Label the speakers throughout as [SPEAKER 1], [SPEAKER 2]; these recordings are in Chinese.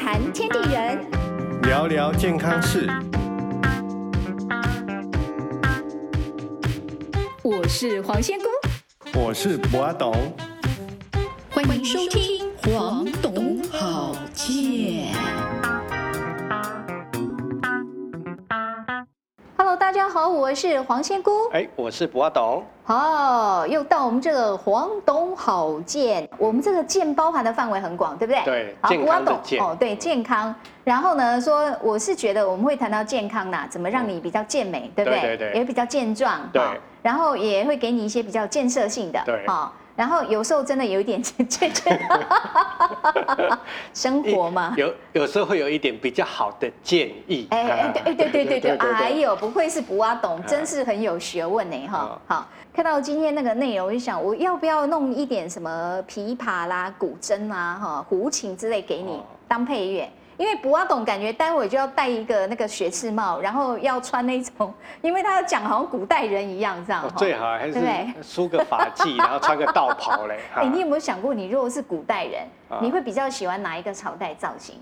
[SPEAKER 1] 人天地人，
[SPEAKER 2] 聊聊健康事，
[SPEAKER 1] 我是黄仙姑，
[SPEAKER 2] 我是博阿董。
[SPEAKER 1] 欢迎收听黄董好健。Hello，大家好，我是黄仙姑。
[SPEAKER 3] 哎，我是博董。
[SPEAKER 1] 哦，又到我们这个黄董好健，我们这个健包含的范围很广，对不对？
[SPEAKER 3] 对
[SPEAKER 1] 好，
[SPEAKER 3] 健
[SPEAKER 1] 不要
[SPEAKER 3] 康的
[SPEAKER 1] 懂
[SPEAKER 3] 健
[SPEAKER 1] 哦，对健康。然后呢，说我是觉得我们会谈到健康啦，怎么让你比较健美，对不对？
[SPEAKER 3] 嗯对对对
[SPEAKER 1] 也比较健壮，
[SPEAKER 3] 对
[SPEAKER 1] 哦然后也会给你一些比较建设性的，
[SPEAKER 3] 对
[SPEAKER 1] 哦。然后有时候真的有一点 健 健健，生活嘛。
[SPEAKER 3] 有有时候会有一点比较好的建议。
[SPEAKER 1] 啊
[SPEAKER 3] 啊
[SPEAKER 1] 哎哎对对对对对，哎
[SPEAKER 3] 哎，
[SPEAKER 1] 呦，不愧是不阿董，
[SPEAKER 3] 啊
[SPEAKER 1] 真是很有学问呢哈
[SPEAKER 3] 啊。
[SPEAKER 1] 好，看到今天那个内容，我就想我要不要弄一点什么琵琶啦、古筝啦、哈胡琴之类给你
[SPEAKER 3] 哦
[SPEAKER 1] 当配乐。因为不阿董感觉待会就要戴一个那个学士帽，然后要穿那种， 因为他要讲好像古代人一样这样
[SPEAKER 3] 我
[SPEAKER 1] 哈。
[SPEAKER 3] 哦最好啊还
[SPEAKER 1] 对不对
[SPEAKER 3] 是梳个发 髻，然后穿个道袍嘞。哈
[SPEAKER 1] 哎，你有没有想过，你如果是古代人
[SPEAKER 3] 啊，
[SPEAKER 1] 你会比较喜欢哪一个朝代造型？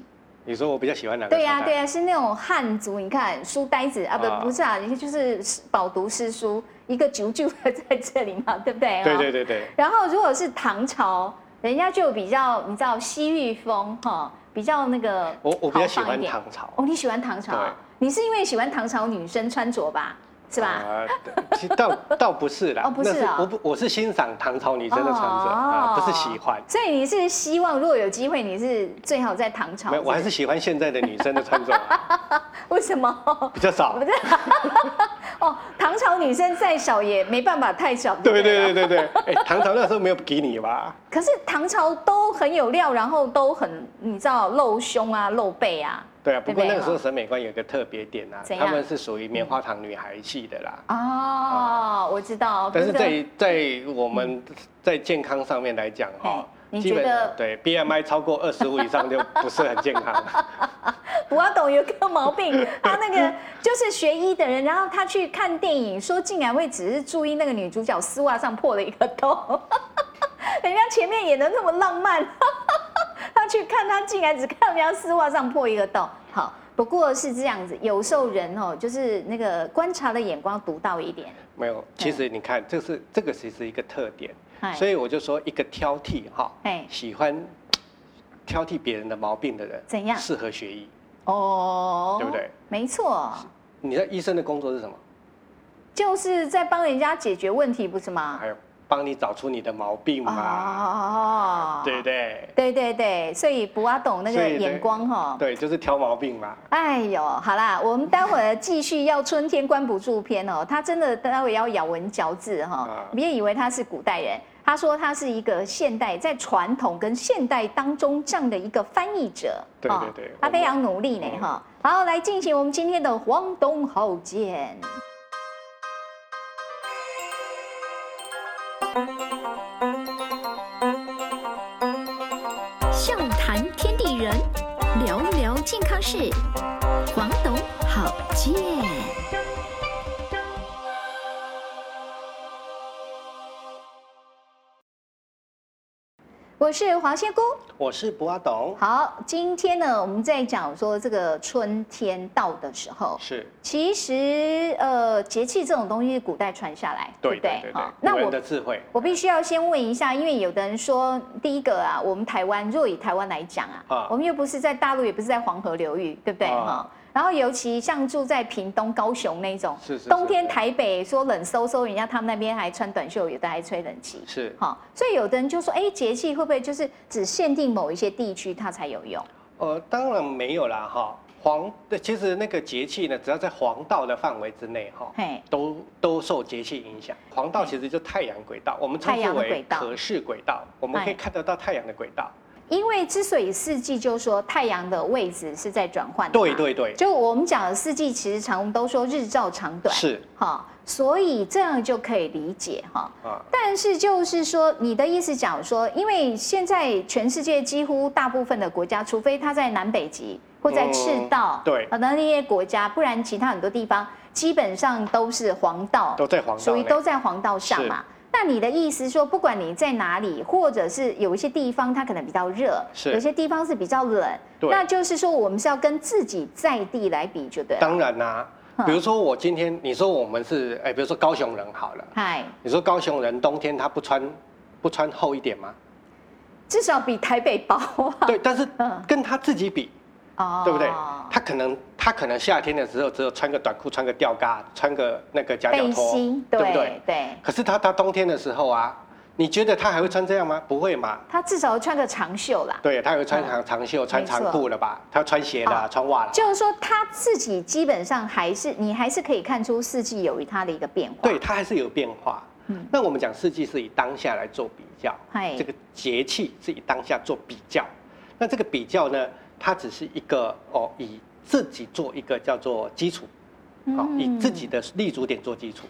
[SPEAKER 3] 你说我比较喜欢哪个朝代？
[SPEAKER 1] 对呀、对呀、是那种汉族，你看书呆子啊，
[SPEAKER 3] 啊
[SPEAKER 1] 不不是啊，就是饱读诗书，一个九九的在这里嘛，对不对？
[SPEAKER 3] 对
[SPEAKER 1] 哦
[SPEAKER 3] 对对对
[SPEAKER 1] 然后如果是唐朝，人家就比较你知道西域风哈、比较那个
[SPEAKER 3] 我我比较喜
[SPEAKER 1] 豪放
[SPEAKER 3] 欢
[SPEAKER 1] 一点
[SPEAKER 3] 唐朝。
[SPEAKER 1] 哦，你喜欢唐朝啊
[SPEAKER 3] 对？
[SPEAKER 1] 你是因为喜欢唐朝女生穿着吧？是吧？
[SPEAKER 3] 啊？对其实倒倒不是啦，
[SPEAKER 1] 哦不是
[SPEAKER 3] 那
[SPEAKER 1] 啊哦
[SPEAKER 3] 我不我是欣赏唐朝女生的穿着，啊，不是喜欢。
[SPEAKER 1] 所以你是希望，如果有机会，你是最好在唐朝。
[SPEAKER 3] 没有，我还是喜欢现在的女生的穿着啊，
[SPEAKER 1] 为什么？
[SPEAKER 3] 比 较少
[SPEAKER 1] 不。是 哦，唐朝女生再少也没办法太少。
[SPEAKER 3] 对
[SPEAKER 1] 不
[SPEAKER 3] 对对对对，哎，唐朝那时候没有比基尼吧？
[SPEAKER 1] 可是唐朝都很有料，然后都很你知道露胸啊、露背啊。
[SPEAKER 3] 对啊，不过
[SPEAKER 1] 对不对
[SPEAKER 3] 那个时候审美观有一个特别点啊，
[SPEAKER 1] 怎样
[SPEAKER 3] 他们是属于棉花糖女孩系的啦。
[SPEAKER 1] 哦，我知道。
[SPEAKER 3] 但是
[SPEAKER 1] 不这嗯
[SPEAKER 3] 在在我们在健康上面来讲哈
[SPEAKER 1] 哎，你
[SPEAKER 3] 基本
[SPEAKER 1] 觉得
[SPEAKER 3] 对 BMI 超过二十五以上就不是很健康。
[SPEAKER 1] 不要懂有个毛病，他那个就是学医的人，然后他去看电影，说竟然会只是注意那个女主角丝袜上破了一个洞， 人家前面演的那么浪漫， 他去看他竟然只看人家丝袜上破一个洞。好，不过是这样子，有时候人哦，就是那个观察的眼光独到一点，
[SPEAKER 3] 没有，其实你看，这是这个其实一个特点，
[SPEAKER 1] 哎
[SPEAKER 3] 所以我就说一个挑剔哈
[SPEAKER 1] 哎，
[SPEAKER 3] 喜欢挑剔别人的毛病的人，
[SPEAKER 1] 怎样
[SPEAKER 3] 适合学医？
[SPEAKER 1] 哦，
[SPEAKER 3] 对不对？
[SPEAKER 1] 没错，
[SPEAKER 3] 你的医生的工作是什么？
[SPEAKER 1] 就是在帮人家解决问题，不是吗
[SPEAKER 3] 还？有帮你找出你的毛病嘛，
[SPEAKER 1] 哦
[SPEAKER 3] 对不对？
[SPEAKER 1] 对对对，所以不阿懂那
[SPEAKER 3] 所
[SPEAKER 1] 个
[SPEAKER 3] 以呢
[SPEAKER 1] 眼光哈。
[SPEAKER 3] 对，就是挑毛病嘛。
[SPEAKER 1] 哎呦，好啦，我们待会儿继续要春天关不住篇哦，他真的待会要咬文嚼字哈
[SPEAKER 3] 啊，
[SPEAKER 1] 别以为他是古代人，他说他是一个现代在传统跟现代当中这样的一个翻译者，
[SPEAKER 3] 对对
[SPEAKER 1] 哦
[SPEAKER 3] 对
[SPEAKER 1] 他
[SPEAKER 3] 我们
[SPEAKER 1] 非常努力呢
[SPEAKER 3] 嗯
[SPEAKER 1] 哈。好，来进行我们今天的黄东好见。
[SPEAKER 4] 笑谈天地人，聊聊健康事。黄董好健，
[SPEAKER 1] 我是黄仙姑，
[SPEAKER 3] 我是不阿董，
[SPEAKER 1] 好，今天呢，我们在讲说这个春天到的时候，
[SPEAKER 3] 是
[SPEAKER 1] 其实呃，节气这种东西是古代传下来，
[SPEAKER 3] 对
[SPEAKER 1] 不
[SPEAKER 3] 对对对
[SPEAKER 1] 好，那
[SPEAKER 3] 古人
[SPEAKER 1] 我
[SPEAKER 3] 的智慧。
[SPEAKER 1] 我必须要先问一下，因为有的人说，第一个啊，我们台湾若以台湾来讲啊，
[SPEAKER 3] 啊
[SPEAKER 1] 我们又不是在大陆，也不是在黄河流域，对不对哈？
[SPEAKER 3] 啊
[SPEAKER 1] 然后尤其像住在屏东、高雄那种，
[SPEAKER 3] 是是
[SPEAKER 1] 冬
[SPEAKER 3] 是
[SPEAKER 1] 天
[SPEAKER 3] 是
[SPEAKER 1] 台北说冷飕飕，人家他们那边还穿短袖，有的还吹冷气，
[SPEAKER 3] 是
[SPEAKER 1] 好、所以有的人就说，哎、节气会不会就是只限定某一些地区它才有用？
[SPEAKER 3] 呃，当然没有啦哈。黄，对其实那个节气呢，只要在黄道的范围之内哈，
[SPEAKER 1] 嘿，
[SPEAKER 3] 都都受节气影响。黄道其实就太阳轨道，我们称
[SPEAKER 1] 太
[SPEAKER 3] 之
[SPEAKER 1] 阳的轨
[SPEAKER 3] 为
[SPEAKER 1] 道
[SPEAKER 3] 可视轨道，我们可以
[SPEAKER 1] 哎
[SPEAKER 3] 看得到太阳的轨道。
[SPEAKER 1] 因为之所以四季，就说太阳的位置是在转换的嘛，
[SPEAKER 3] 对对对，
[SPEAKER 1] 就我们讲的四季，其实常都说日照长短，
[SPEAKER 3] 是
[SPEAKER 1] 哈、所以这样就可以理解哈、
[SPEAKER 3] 啊，
[SPEAKER 1] 但是就是说，你的意思讲说，因为现在全世界几乎大部分的国家，除非它在南北极或在赤道，
[SPEAKER 3] 嗯对
[SPEAKER 1] 好的那些国家，不然其他很多地方基本上都是黄道，
[SPEAKER 3] 都在黄道
[SPEAKER 1] 属于
[SPEAKER 3] 内
[SPEAKER 1] 都在黄道上嘛。那你的意思说，不管你在哪里，或者是有一些地方它可能比较热，
[SPEAKER 3] 是
[SPEAKER 1] 有些地方是比较冷，
[SPEAKER 3] 对
[SPEAKER 1] 那就是说我们是要跟自己在地来比，就对了。
[SPEAKER 3] 当然啦、
[SPEAKER 1] 嗯
[SPEAKER 3] 比如说我今天你说我们是哎、比如说高雄人好了，
[SPEAKER 1] 嗨，
[SPEAKER 3] 你说高雄人冬天他不穿不穿厚一点吗？
[SPEAKER 1] 至少比台北薄 啊，
[SPEAKER 3] 对，但是
[SPEAKER 1] 嗯
[SPEAKER 3] 跟他自己比，
[SPEAKER 1] 哦
[SPEAKER 3] 对不对？他可能他可能夏天的时候只有穿个短裤、穿个吊嘎、穿个那个夹脚
[SPEAKER 1] 背
[SPEAKER 3] 拖
[SPEAKER 1] 心，，
[SPEAKER 3] 对不对
[SPEAKER 1] 对？对，
[SPEAKER 3] 可是他他冬天的时候啊，你觉得他还会穿这样吗？不会嘛。
[SPEAKER 1] 他至少穿个长袖啦。
[SPEAKER 3] 对，他有穿
[SPEAKER 1] 嗯
[SPEAKER 3] 长长袖、穿长裤了吧？他穿鞋了、
[SPEAKER 1] 啊
[SPEAKER 3] 穿袜了。
[SPEAKER 1] 就是说他自己基本上还是你还是可以看出四季有他的一个变化。
[SPEAKER 3] 对，，它还是有变化。
[SPEAKER 1] 嗯
[SPEAKER 3] 那我们讲四季是以当下来做比较
[SPEAKER 1] 嗨，
[SPEAKER 3] 这个节气是以当下做比较。那这个比较呢，它只是一个哦，以自己做一个叫做基础，好、
[SPEAKER 1] 嗯
[SPEAKER 3] 以自己的立足点做基础。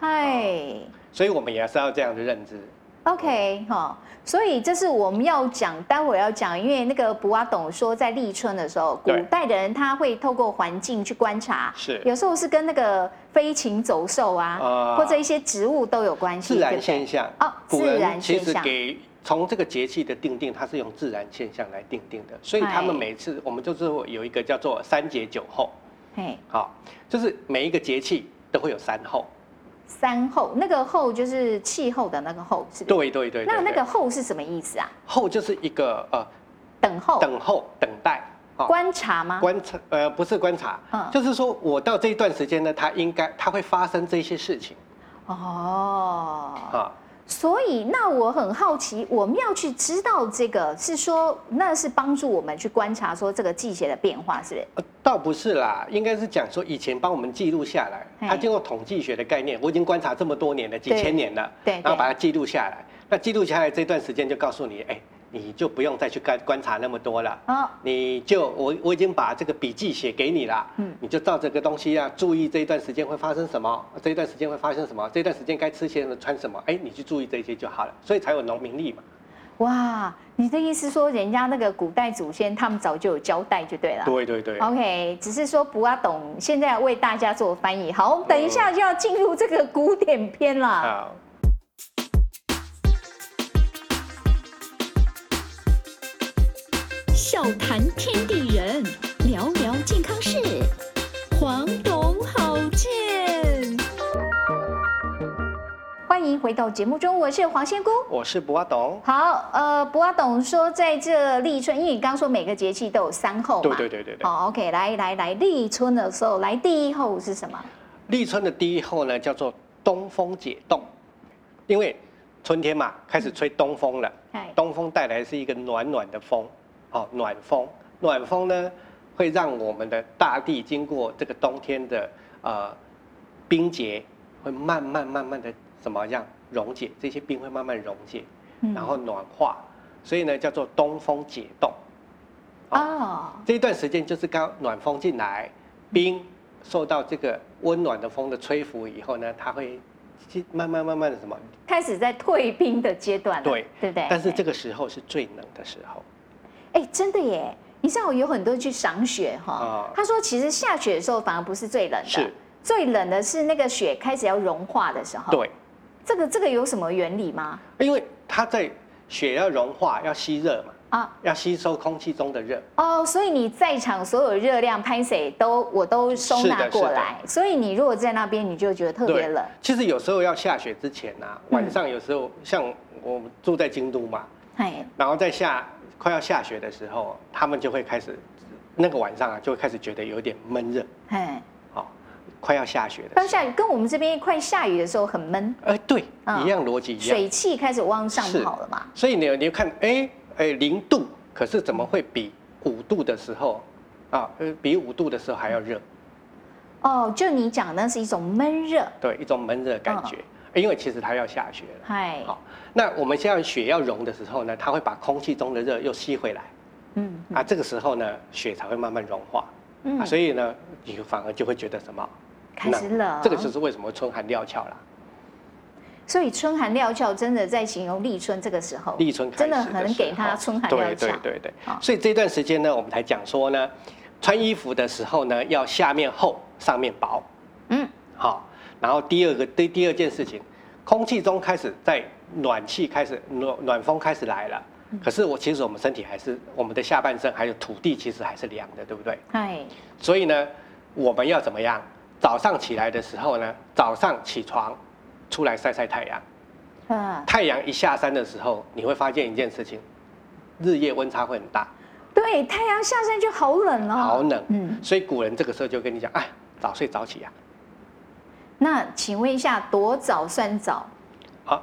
[SPEAKER 1] 嗨
[SPEAKER 3] 所以我们也是要这样的认知。
[SPEAKER 1] ，OK 哈、所以这是我们要讲，待会儿要讲，因为那个卜阿董说，在立春的时候，古
[SPEAKER 3] 对
[SPEAKER 1] 代的人他会透过环境去观察，
[SPEAKER 3] 是
[SPEAKER 1] 有时候是跟那个飞禽走兽啊，
[SPEAKER 3] 啊
[SPEAKER 1] 或者一些植物都有关系，
[SPEAKER 3] 自
[SPEAKER 1] 对
[SPEAKER 3] 然
[SPEAKER 1] 不对
[SPEAKER 3] 现象
[SPEAKER 1] 哦
[SPEAKER 3] 古
[SPEAKER 1] 自
[SPEAKER 3] 人
[SPEAKER 1] 然
[SPEAKER 3] 其
[SPEAKER 1] 现
[SPEAKER 3] 实
[SPEAKER 1] 象
[SPEAKER 3] 给从这个节气的定定，它是用自然现象来定定的，所以他们
[SPEAKER 1] 嗨
[SPEAKER 3] 每次我们就是有一个叫做三节九候，
[SPEAKER 1] 嘿，
[SPEAKER 3] 好，就是每一个节气都会有三候。
[SPEAKER 1] 三候，那个候就是气候的那个候，是不是？
[SPEAKER 3] 对对对对
[SPEAKER 1] 那那
[SPEAKER 3] 对
[SPEAKER 1] 个候是什么意思啊？
[SPEAKER 3] 候就是一个呃
[SPEAKER 1] 等候、
[SPEAKER 3] 等候等待啊
[SPEAKER 1] 观察吗？
[SPEAKER 3] 观察呃不是观察，
[SPEAKER 1] 嗯
[SPEAKER 3] 就是说我到这一段时间呢，它应该它会发生这些事情
[SPEAKER 1] 哦，
[SPEAKER 3] 啊。
[SPEAKER 1] 所以那我很好奇，我们要去知道这个，是说那是帮助我们去观察说这个季节的变化，是不是？
[SPEAKER 3] 呃倒不是啦，应该是讲说以前帮我们记录下来，
[SPEAKER 1] 嘿
[SPEAKER 3] 它经过统计学的概念，我已经观察这么多年了，几
[SPEAKER 1] 对
[SPEAKER 3] 千年了，
[SPEAKER 1] 对
[SPEAKER 3] 然后
[SPEAKER 1] 对
[SPEAKER 3] 把它记录下来。那记录下来这段时间就告诉你，哎，你就不用再去观观察那么多了。
[SPEAKER 1] 哦，
[SPEAKER 3] 你就我我已经把这个笔记写给你啦，
[SPEAKER 1] 嗯
[SPEAKER 3] 你就照这个东西啊，注意这一段时间会发生什么，这一段时间会发生什么，这一段时间该吃些什么，穿什么，哎，你去注意这些就好了，所以才有农民力嘛。
[SPEAKER 1] 哇，你的意思说人家那个古代祖先他们早就有交代就对了。
[SPEAKER 3] 对对对，
[SPEAKER 1] OK，只是说不阿董现在为大家做翻译。好，我们等一下就要进入这个古典篇啦。
[SPEAKER 3] 好，
[SPEAKER 4] 笑谈天地人，聊聊健康事。黄董好健。
[SPEAKER 1] 欢迎回到节目中，我是黄仙姑。
[SPEAKER 3] 我是不阿董，
[SPEAKER 1] 好，呃，不阿董说，在这立春，因为你刚说每个节气都有三候嘛，
[SPEAKER 3] 对对对对对，
[SPEAKER 1] 好、o k 来来来，立春的时候，来第一候是什么？
[SPEAKER 3] 立春的第一候呢叫做东风解冻，因为春天嘛开始吹东风了。
[SPEAKER 1] 哎，
[SPEAKER 3] 东风带来是一个暖暖的风，哦，暖风，暖风呢会让我们的大地经过这个冬天的呃冰结，会慢慢慢慢的怎么样溶解，这些冰会慢慢溶解，
[SPEAKER 1] 嗯
[SPEAKER 3] 然后暖化，所以呢叫做东风解冻。哦，
[SPEAKER 1] 哦，
[SPEAKER 3] 这一段时间就是刚暖风进来，冰受到这个温暖的风的吹拂以后呢，它会慢慢慢慢的什么？
[SPEAKER 1] 开始在退兵的阶段了，
[SPEAKER 3] 对
[SPEAKER 1] 对不对？
[SPEAKER 3] 但是这
[SPEAKER 1] 个，
[SPEAKER 3] 个时候是最冷的时候。
[SPEAKER 1] 哎，真的耶。你知道我有很多人去赏雪哈、
[SPEAKER 3] 啊
[SPEAKER 1] 他说其实下雪的时候反而不是最冷的，
[SPEAKER 3] 是
[SPEAKER 1] 最冷的是那个雪开始要融化的时候。，
[SPEAKER 3] 对，
[SPEAKER 1] 这个这个有什么原理吗？
[SPEAKER 3] 因为它在雪要融化，要吸热嘛，
[SPEAKER 1] 啊，
[SPEAKER 3] 要吸收空气中的热。
[SPEAKER 1] 哦，所以你在场所有热量拍谁都我都收
[SPEAKER 3] 是
[SPEAKER 1] 纳
[SPEAKER 3] 的
[SPEAKER 1] 过来，所以你如果在那边你就觉得特别冷，嗯
[SPEAKER 3] 其实有时候要下雪之前啊，晚上有时候像我们住在京都嘛，
[SPEAKER 1] 哎，
[SPEAKER 3] 然后在下快要下雪的时候，他们就会开始那个晚上啊，就会开始觉得有点闷热，
[SPEAKER 1] 哎。
[SPEAKER 3] 哦，快要下雪的
[SPEAKER 1] 当
[SPEAKER 3] 时候。
[SPEAKER 1] 下雨跟我们这边快下雨的时候很闷，
[SPEAKER 3] 哎，对，
[SPEAKER 1] 嗯
[SPEAKER 3] 一样逻辑一样
[SPEAKER 1] 水。汽开始往上
[SPEAKER 3] 是
[SPEAKER 1] 跑了嘛。
[SPEAKER 3] 所以你你看，哎哎零度，可是怎么会比五度的时候啊，呃比五度的时候还要热？
[SPEAKER 1] 哦，就你讲那是一种闷热，
[SPEAKER 3] 对，一种闷热的感觉，
[SPEAKER 1] 嗯
[SPEAKER 3] 因为其实它要下雪了。
[SPEAKER 1] 嗨，
[SPEAKER 3] 好，那我们现在雪要融的时候呢，它会把空气中的热又吸回来
[SPEAKER 1] 嗯
[SPEAKER 3] 啊，这个时候呢，雪才会慢慢融化、啊，
[SPEAKER 1] 嗯，
[SPEAKER 3] 所以呢，你反而就会觉得什么
[SPEAKER 1] 开始冷
[SPEAKER 3] 这个就是为什么春寒料峭啦，
[SPEAKER 1] 所以春寒料峭真的在形容立春这个时候，
[SPEAKER 3] 立春开
[SPEAKER 1] 真
[SPEAKER 3] 始
[SPEAKER 1] 的
[SPEAKER 3] 时候
[SPEAKER 1] 很给他春寒料嗯
[SPEAKER 3] 对
[SPEAKER 1] 峭
[SPEAKER 3] 对，对对
[SPEAKER 1] 好，
[SPEAKER 3] 所以这段时间呢，我们才讲说呢，穿衣服的时候呢，要下面厚，上面薄，
[SPEAKER 1] 嗯，
[SPEAKER 3] 好、然后第二个第第二件事情，空气中开始在暖气开始暖暖风开始来了，可是我其实我们身体还是我们的下半身还有土地其实还是凉的，对不对？
[SPEAKER 1] 哎，
[SPEAKER 3] 所以呢，我们要怎么样？早上起来的时候呢，早上起床出来晒晒太阳，
[SPEAKER 1] 啊，
[SPEAKER 3] 太阳一下山的时候，你会发现一件事情，日夜温差会很大，
[SPEAKER 1] 对，太阳下山就好冷哦，
[SPEAKER 3] 好冷。
[SPEAKER 1] 嗯，
[SPEAKER 3] 所以古人这个时候就跟你讲，哎，早睡早起啊，
[SPEAKER 1] 那请问一下，多早算早？
[SPEAKER 3] 啊，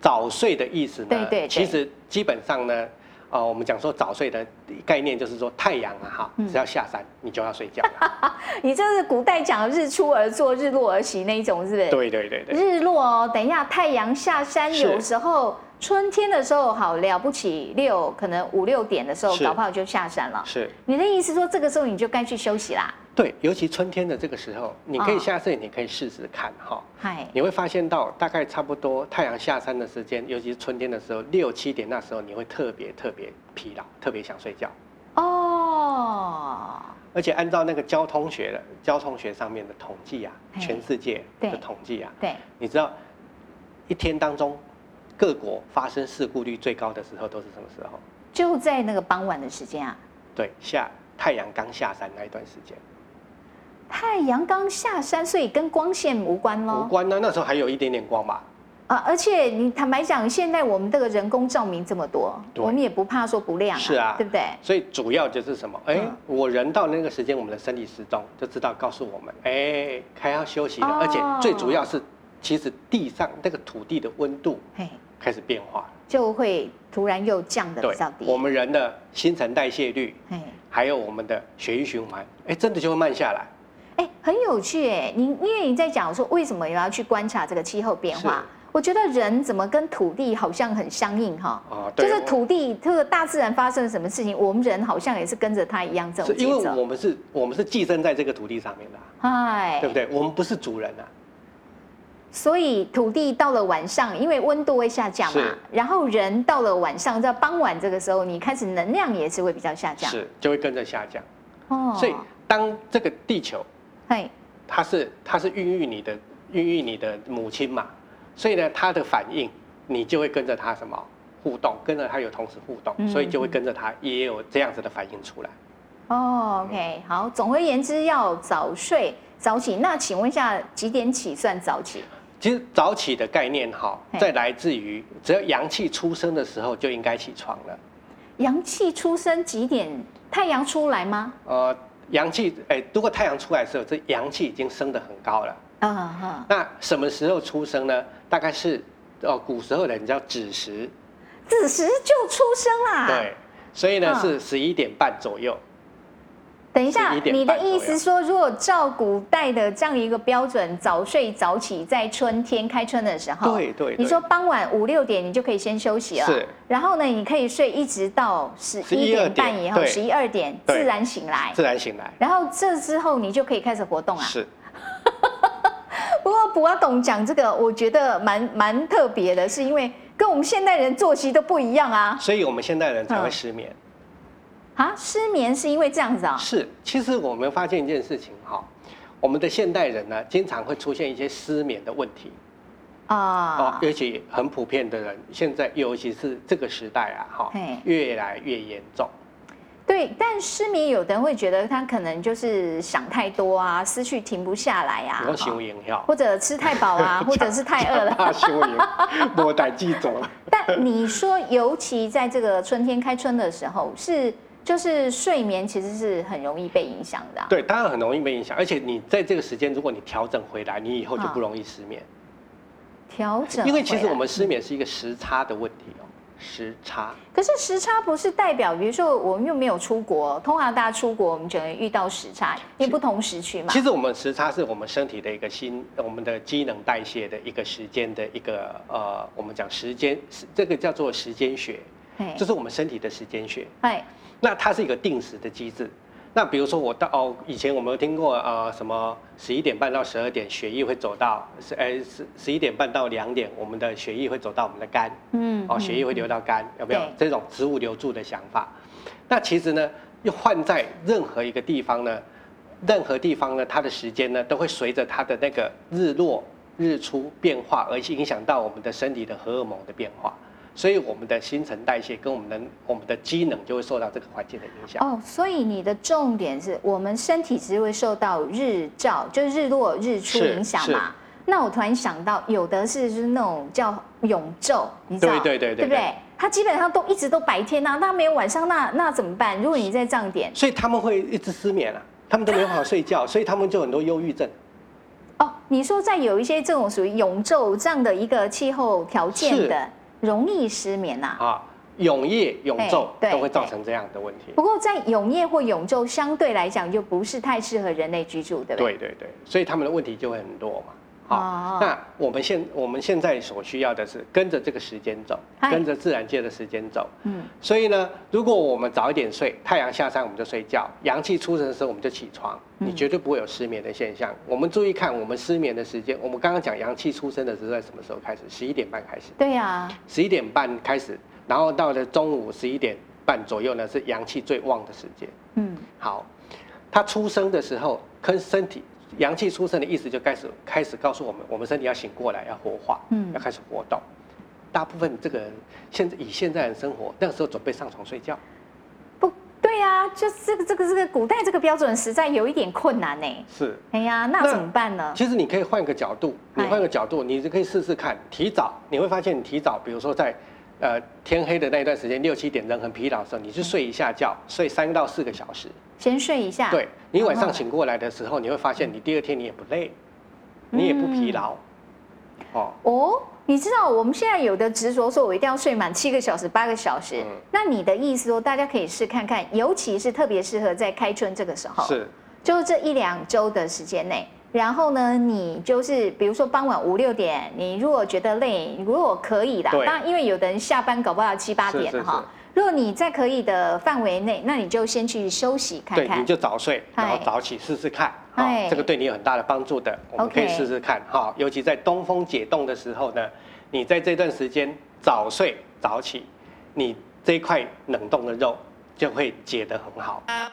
[SPEAKER 3] 早睡的意思呢？
[SPEAKER 1] 对对对
[SPEAKER 3] 其实基本上呢，啊、我们讲说早睡的概念就是说太阳啊，哈，
[SPEAKER 1] 嗯
[SPEAKER 3] 只要下山你就要睡觉了。
[SPEAKER 1] 你这是古代讲的日出而作，日落而息那一种，是不是？。
[SPEAKER 3] 对对对对，
[SPEAKER 1] 日落哦，等一下太阳下山，
[SPEAKER 3] 是
[SPEAKER 1] 有时候春天的时候好了不起，六可能五六点的时候，
[SPEAKER 3] 是
[SPEAKER 1] 搞不好就下山了。
[SPEAKER 3] 是。
[SPEAKER 1] 你的意思说，这个时候你就该去休息啦？
[SPEAKER 3] 对，尤其春天的这个时候，你可
[SPEAKER 1] 哦
[SPEAKER 3] 以下次你可以试试看哈、
[SPEAKER 1] 嗨，
[SPEAKER 3] 你会发现到大概差不多太阳下山的时间，尤其是春天的时候，六七点那时候你会特别特别疲劳，特别想睡觉。
[SPEAKER 1] 哦，
[SPEAKER 3] 而且按照那个交通学的交通学上面的统计啊，
[SPEAKER 1] 嘿
[SPEAKER 3] 全世界
[SPEAKER 1] 哎对
[SPEAKER 3] 的统计啊，
[SPEAKER 1] 对，
[SPEAKER 3] 你知道一天当中各国发生事故率最高的时候都是什么时候？
[SPEAKER 1] 就在那个傍晚的时间啊，
[SPEAKER 3] 对，下太阳刚下山那一段时间。
[SPEAKER 1] 太阳刚下山，所以跟光线无关
[SPEAKER 3] 无
[SPEAKER 1] 喽。
[SPEAKER 3] 关呢，那时候还有一点点光吧。
[SPEAKER 1] 啊，而且你坦白讲，现在我们这个人工照明这么多，
[SPEAKER 3] 对
[SPEAKER 1] 我们也不怕说不亮啊，
[SPEAKER 3] 是啊
[SPEAKER 1] 对不对？
[SPEAKER 3] 所以主要就是什么？哎、
[SPEAKER 1] 嗯
[SPEAKER 3] 我人到那个时间，我们的生理时钟就知道告诉我们，哎、该要休息了。
[SPEAKER 1] 哦
[SPEAKER 3] 而且最主要是，其实地上那个土地的温度
[SPEAKER 1] 嘿，
[SPEAKER 3] 开始变化了。
[SPEAKER 1] 就会突然又降的比较低。
[SPEAKER 3] 我们人的新陈代谢率，
[SPEAKER 1] 嘿
[SPEAKER 3] 还有我们的血液循环，哎、真的就会慢下来。
[SPEAKER 1] 哎，很有趣哎，你因为你在讲说为什么要去观察这个气候变化
[SPEAKER 3] 是，
[SPEAKER 1] 我觉得人怎么跟土地好像很相应哈、
[SPEAKER 3] 哦
[SPEAKER 1] 就
[SPEAKER 3] 对
[SPEAKER 1] 是土地这个大自然发生了什么事情，我们人好像也是跟着它一样这
[SPEAKER 3] 是
[SPEAKER 1] 种
[SPEAKER 3] 因为
[SPEAKER 1] 节
[SPEAKER 3] 我
[SPEAKER 1] 奏。
[SPEAKER 3] 们是，我们是寄生在这个土地上面的啊、
[SPEAKER 1] 哎
[SPEAKER 3] 对不对？我们不是主人啊，
[SPEAKER 1] 所以土地到了晚上，因为温度会下降嘛
[SPEAKER 3] 是，
[SPEAKER 1] 然后人到了晚上，在傍晚这个时候，你开始能量也是会比较下降。
[SPEAKER 3] 是就会跟着下降。
[SPEAKER 1] 哦
[SPEAKER 3] 所以，当这个地球
[SPEAKER 1] 嘿，
[SPEAKER 3] 它是它是孕育你的孕育你的母亲嘛，所以呢，它的反应你就会跟着它什么互动，跟着它有同时互动，
[SPEAKER 1] 嗯
[SPEAKER 3] 所以就会跟着它也有这样子的反应出来。
[SPEAKER 1] 哦，OK，好。总而言之，要早睡早起。那请问一下，几点起算早起？
[SPEAKER 3] 其实早起的概念哈
[SPEAKER 1] 嘿，
[SPEAKER 3] 再来自于只要阳气出生的时候就应该起床了。
[SPEAKER 1] 阳气出生几点？太阳出来吗？
[SPEAKER 3] 呃，阳气哎，如果太阳出来的时候，这阳气已经升得很高了。
[SPEAKER 1] 啊哈，
[SPEAKER 3] 那什么时候出生呢？大概是哦，古时候的人叫子时，
[SPEAKER 1] 子时就出生啦。，
[SPEAKER 3] 对，所以呢
[SPEAKER 1] 啊嗯
[SPEAKER 3] 是十一点半左右。
[SPEAKER 1] 等一下，
[SPEAKER 3] 11点
[SPEAKER 1] 你的
[SPEAKER 3] 半
[SPEAKER 1] 意思说，如果照古代的这样一个标准，早睡早起，在春天开春的时候，
[SPEAKER 3] 对对对
[SPEAKER 1] 你说傍晚五六点你就可以先休息了，
[SPEAKER 3] 是。
[SPEAKER 1] 然后呢，你可以睡一直到十一
[SPEAKER 3] 12
[SPEAKER 1] 点半以后，
[SPEAKER 3] 对
[SPEAKER 1] 十一二点自
[SPEAKER 3] 对
[SPEAKER 1] 然醒来，
[SPEAKER 3] 自然醒来。
[SPEAKER 1] 然后这之后你就可以开始活动啊。
[SPEAKER 3] 是，
[SPEAKER 1] 不过卜阿董讲这个，我觉得蛮蛮特别的，是因为跟我们现代人作息都不一样啊。
[SPEAKER 3] 所以我们现代人才会
[SPEAKER 1] 嗯
[SPEAKER 3] 失眠。
[SPEAKER 1] 啊，失眠是因为这样子啊、
[SPEAKER 3] 是，其实我们发现一件事情哈，我们的现代人呢，经常会出现一些失眠的问题哦
[SPEAKER 1] 啊，，
[SPEAKER 3] 尤其很普遍的人，现在尤其是这个时代啊，哈
[SPEAKER 1] 嘿，
[SPEAKER 3] 越来越严重。
[SPEAKER 1] 对，但失眠有的人会觉得他可能就是想太多啊，思绪停不下来啊
[SPEAKER 3] 你，要行为营 销，
[SPEAKER 1] 或者吃太饱 啊，或者是太饿了。
[SPEAKER 3] 怕行为营， 我胆记走了。
[SPEAKER 1] 但你说，尤其在这个春天开春的时候，是就是睡眠其实是很容易被影响的啊、
[SPEAKER 3] 对，当然很容易被影响，而且你在这个时间，如果你调整回来，你以后就不容易失眠，
[SPEAKER 1] 啊调整回来。嗯
[SPEAKER 3] 因为其实我们失眠是一个时差的问题哦，时差。
[SPEAKER 1] 可是时差不是代表，比如说我们又没有出国，通常大家出国，我们就会遇到时差，因为不同时区嘛
[SPEAKER 3] 其。实我们时差是我们身体的一个新，我们的机能代谢的一个时间的一个呃，我们讲时间，时这个叫做时间学，
[SPEAKER 1] 嘿
[SPEAKER 3] 就是我们身体的时间学。
[SPEAKER 1] 哎，
[SPEAKER 3] 那它是一个定时的机制。那比如说我到哦，以前我们有听过呃什么十一点半到十二点血液会走到是哎十十一点半到两点，我们的血液会走到我们的肝，
[SPEAKER 1] 嗯
[SPEAKER 3] 哦，血液会流到肝，有没有
[SPEAKER 1] 对
[SPEAKER 3] 这种植物流注的想法？那其实呢，又换在任何一个地方呢，任何地方呢，它的时间呢都会随着它的那个日落日出变化，而影响到我们的身体的荷尔蒙的变化，所以我们的新陈代谢跟我们的我们的机能就会受到这个环境的影响。
[SPEAKER 1] 哦，所以你的重点是我们身体只会受到日照，就是日落、日出
[SPEAKER 3] 是
[SPEAKER 1] 影响
[SPEAKER 3] 是
[SPEAKER 1] 嘛。那我突然想到，有的是就是那种叫永昼，你知道？
[SPEAKER 3] 对对对对
[SPEAKER 1] 对不对？它基本上都一直都白天呐、那没有晚上，那那怎么办？如果你在这样点，
[SPEAKER 3] 所以他们会一直失眠啊，他们都没办法睡觉，所以他们就很多忧郁 症。
[SPEAKER 1] 哦，你说在有一些这种属于永昼这样的一个气候条件
[SPEAKER 3] 是
[SPEAKER 1] 的，容易失眠呐、
[SPEAKER 3] 啊，永夜永昼
[SPEAKER 1] 对对
[SPEAKER 3] 都会造成这样的问题。
[SPEAKER 1] 不过在永夜或永昼相对来讲，就不是太适合人类居住，对不对？
[SPEAKER 3] 对对对，所以他们的问题就会很多嘛。好、
[SPEAKER 1] 哦
[SPEAKER 3] 那我们现我们现在所需要的是跟着这个时间走，
[SPEAKER 1] 嗨
[SPEAKER 3] 跟着自然界的时间走。
[SPEAKER 1] 嗯，
[SPEAKER 3] 所以呢，如果我们早一点睡，太阳下山我们就睡觉，阳气出生的时候我们就起床，
[SPEAKER 1] 嗯
[SPEAKER 3] 你绝对不会有失眠的现象。我们注意看，我们失眠的时间，我们刚刚讲阳气出生的时候在什么时候开始？十一点半开始，
[SPEAKER 1] 对啊呀、
[SPEAKER 3] 十一点半开始，然后到了中午十一点半左右呢，是阳气最旺的时间。
[SPEAKER 1] 嗯，
[SPEAKER 3] 好，他出生的时候跟身体阳气出生的意思就开始开始告诉我们，我们身体要醒过来，要活化，
[SPEAKER 1] 嗯
[SPEAKER 3] 要开始活动。大部分这个人现在以现在人生活，那个时候准备上床睡觉，
[SPEAKER 1] 不对呀、就这个这个这个古代这个标准实在有一点困难呢。
[SPEAKER 3] 是。
[SPEAKER 1] 哎呀，那
[SPEAKER 3] 那
[SPEAKER 1] 怎么办呢？
[SPEAKER 3] 其实你可以换个角度，你
[SPEAKER 1] 哎
[SPEAKER 3] 换个角度，你就可以试试看。提早，你会发现你提早，比如说在，呃，天黑的那一段时间，六七点人很疲劳的时候，你去睡一下觉，睡三到四个小时。
[SPEAKER 1] 先睡一下。
[SPEAKER 3] 对你晚
[SPEAKER 1] 然后
[SPEAKER 3] 上
[SPEAKER 1] 呢
[SPEAKER 3] 醒过来的时候，你会发现你第二天你也不累，
[SPEAKER 1] 嗯
[SPEAKER 3] 你也不疲劳，哦，
[SPEAKER 1] 哦，你知道我们现在有的执着说我一定要睡满七个小时、八个小时，
[SPEAKER 3] 嗯
[SPEAKER 1] 那你的意思说大家可以试看看，尤其是特别适合在开春这个时候，
[SPEAKER 3] 是
[SPEAKER 1] 就是这一两周的时间内。然后呢，你就是比如说傍晚五六点，你如果觉得累，如果可以啦，当
[SPEAKER 3] 对
[SPEAKER 1] 然因为有的人下班搞不好七八
[SPEAKER 3] 是
[SPEAKER 1] 点
[SPEAKER 3] 是
[SPEAKER 1] 了哈。如果你在可以的范围内，那你就先去休息看
[SPEAKER 3] 对，
[SPEAKER 1] 看。
[SPEAKER 3] 你就早睡，然后
[SPEAKER 1] 嗨
[SPEAKER 3] 早起试试看，
[SPEAKER 1] 嗨
[SPEAKER 3] 哦，这个对你有很大的帮助的，我们可以
[SPEAKER 1] OK
[SPEAKER 3] 试试看哈、尤其在东风解冻的时候呢，你在这段时间早睡早起，你这一块冷冻的肉就会解得很好。
[SPEAKER 1] 嗯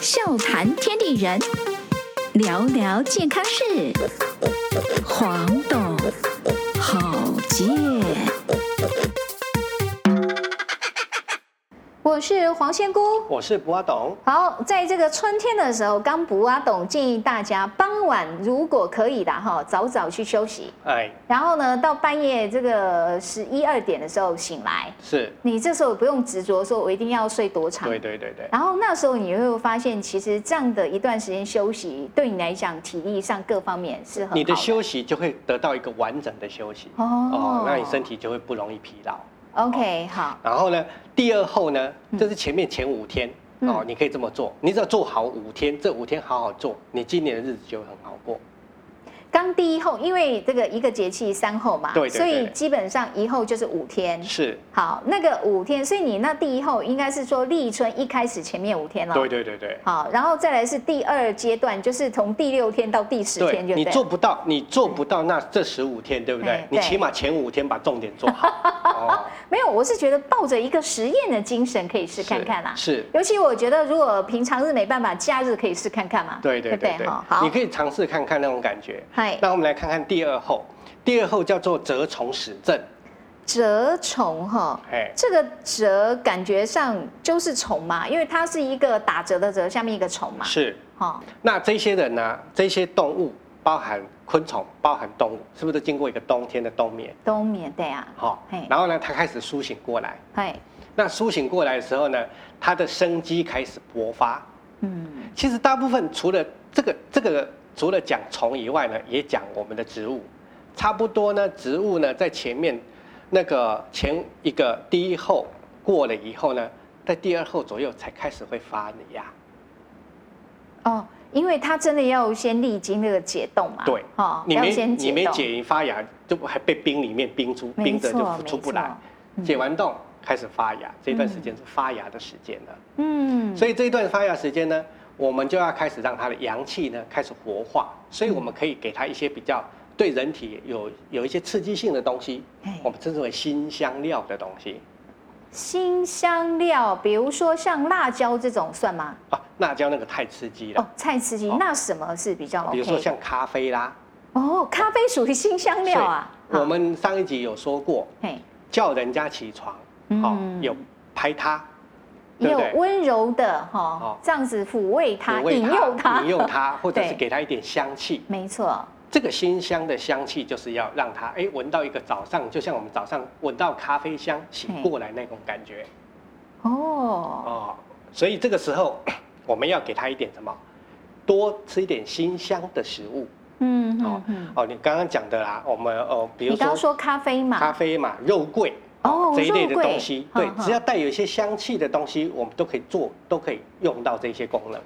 [SPEAKER 4] 笑谈天地人，聊聊健康事。黄董好健。
[SPEAKER 1] 我是黄仙姑。
[SPEAKER 3] 我是不阿董，
[SPEAKER 1] 好，在这个春天的时候，刚补啊懂建议大家傍晚如果可以的哈，早早去休息，
[SPEAKER 3] 哎，
[SPEAKER 1] 然后呢，到半夜这个十一二点的时候醒来，
[SPEAKER 3] 是，
[SPEAKER 1] 你这时候不用执着说我一定要睡多长。
[SPEAKER 3] 对对对对，
[SPEAKER 1] 然后那时候你会发现，其实这样的一段时间休息，对你来讲体力上各方面是很好
[SPEAKER 3] 你的休息就会得到一个完整的休息，
[SPEAKER 1] 哦
[SPEAKER 3] 哦，那你身体就会不容易疲劳。
[SPEAKER 1] OK 好，
[SPEAKER 3] 然后呢，第二后呢，这是前面前五天、
[SPEAKER 1] 嗯
[SPEAKER 3] 哦，你可以这么做，你只要做好五天，这五天好好做，你今年的日子就会很好过。
[SPEAKER 1] 刚第一后，因为这个一个节气三后嘛，
[SPEAKER 3] 对对对
[SPEAKER 1] 所以基本上一后就是五天。
[SPEAKER 3] 是，
[SPEAKER 1] 好，那个五天，所以你那第一后应该是说立春一开始前面五天了。
[SPEAKER 3] 对对对对，
[SPEAKER 1] 好，然后再来是第二阶段，就是从第六天到第十天就对
[SPEAKER 3] 你
[SPEAKER 1] 了
[SPEAKER 3] 做不到，你做不到那这十五天，对不对
[SPEAKER 1] 哎？
[SPEAKER 3] 你
[SPEAKER 1] 对
[SPEAKER 3] 起码前五天把重点做好。 哦，
[SPEAKER 1] 没有，我是觉得抱着一个实验的精神可以试看啊看啦、
[SPEAKER 3] 是。
[SPEAKER 1] 尤其我觉得如果平常日没办法，假日可以试看看嘛。
[SPEAKER 3] 对对
[SPEAKER 1] 不
[SPEAKER 3] 对对
[SPEAKER 1] 哈，好
[SPEAKER 3] 你可，以尝试看看那种感觉。
[SPEAKER 1] 嗨
[SPEAKER 3] 那我们来看看第二后，第二后叫做蛰虫始症，
[SPEAKER 1] 蛰虫哈。
[SPEAKER 3] 哎，
[SPEAKER 1] 这个蛰感觉上就是虫嘛，因为它是一个打折的折，下面一个虫嘛。
[SPEAKER 3] 是。
[SPEAKER 1] 哈、
[SPEAKER 3] 那这些人呢、这些动物包含昆虫，包含动物，是不是都经过一个冬天的冬眠？
[SPEAKER 1] 冬眠对啊，
[SPEAKER 3] 好、
[SPEAKER 1] 嘿
[SPEAKER 3] 然后呢，它开始苏醒过来。
[SPEAKER 1] 哎，
[SPEAKER 3] 那苏醒过来的时候呢，它的生机开始勃发。
[SPEAKER 1] 嗯，
[SPEAKER 3] 其实大部分除了这个这个除了讲虫以外呢，也讲我们的植物。差不多呢，植物呢在前面那个前一个第一后过了以后呢，在第二后左右才开始会发芽。
[SPEAKER 1] 哦，因为它真的要先历经那个解冻嘛。
[SPEAKER 3] 对，
[SPEAKER 1] 哦，
[SPEAKER 3] 你
[SPEAKER 1] 要
[SPEAKER 3] 没
[SPEAKER 1] 先
[SPEAKER 3] 你
[SPEAKER 1] 解
[SPEAKER 3] 没
[SPEAKER 1] 冻。
[SPEAKER 3] 解一发芽，就还被冰里面冰出，
[SPEAKER 1] 没
[SPEAKER 3] 冰着
[SPEAKER 1] 错嗯
[SPEAKER 3] 就出不来。解完冻开始发芽，这段时间是发芽的时间了。
[SPEAKER 1] 嗯，
[SPEAKER 3] 所以这一段发芽时间呢，我们就要开始让它的阳气呢开始活化，所以我们可以给它一些比较对人体有有一些刺激性的东西
[SPEAKER 1] 嘿，
[SPEAKER 3] 我们称之为辛香料的东西。
[SPEAKER 1] 新香料，比如说像辣椒这种算吗？
[SPEAKER 3] 啊，辣椒那个太刺激了
[SPEAKER 1] 哦，，菜刺激，
[SPEAKER 3] 哦
[SPEAKER 1] 那什么是比较 OK？
[SPEAKER 3] 比如说像咖啡啦，
[SPEAKER 1] 哦，咖啡属于新香料啊。
[SPEAKER 3] 所以
[SPEAKER 1] 好
[SPEAKER 3] 我们上一集有说过，
[SPEAKER 1] 嘿，
[SPEAKER 3] 叫人家起床，
[SPEAKER 1] 嗯
[SPEAKER 3] 好、有拍他，
[SPEAKER 1] 也
[SPEAKER 3] 对
[SPEAKER 1] 有
[SPEAKER 3] 不对？
[SPEAKER 1] 温柔的哈
[SPEAKER 3] 哦，
[SPEAKER 1] 这样子抚慰他，
[SPEAKER 3] 抚慰
[SPEAKER 1] 引诱他，
[SPEAKER 3] 引诱他，或者是
[SPEAKER 1] 对
[SPEAKER 3] 给他一点香气。
[SPEAKER 1] 没错，
[SPEAKER 3] 这个新香的香气，就是要让他哎闻到一个早上，就像我们早上闻到咖啡香醒过来那种感觉
[SPEAKER 1] 哦，
[SPEAKER 3] 哦。所以这个时候， 我们要给他一点什么？多吃一点新香的食物
[SPEAKER 1] 嗯
[SPEAKER 3] 哦
[SPEAKER 1] 嗯嗯，
[SPEAKER 3] 哦。你刚刚讲的啦，我们哦，比
[SPEAKER 1] 你
[SPEAKER 3] 如
[SPEAKER 1] 刚刚
[SPEAKER 3] 说
[SPEAKER 1] 说咖啡
[SPEAKER 3] 咖
[SPEAKER 1] 嘛，
[SPEAKER 3] 啡嘛、肉桂
[SPEAKER 1] 哦
[SPEAKER 3] 这一类的
[SPEAKER 1] 肉桂
[SPEAKER 3] 东西，
[SPEAKER 1] 嗯
[SPEAKER 3] 对，
[SPEAKER 1] 嗯
[SPEAKER 3] 只要带有一些香气的东西，我们都可以做，都可以用到这些功能。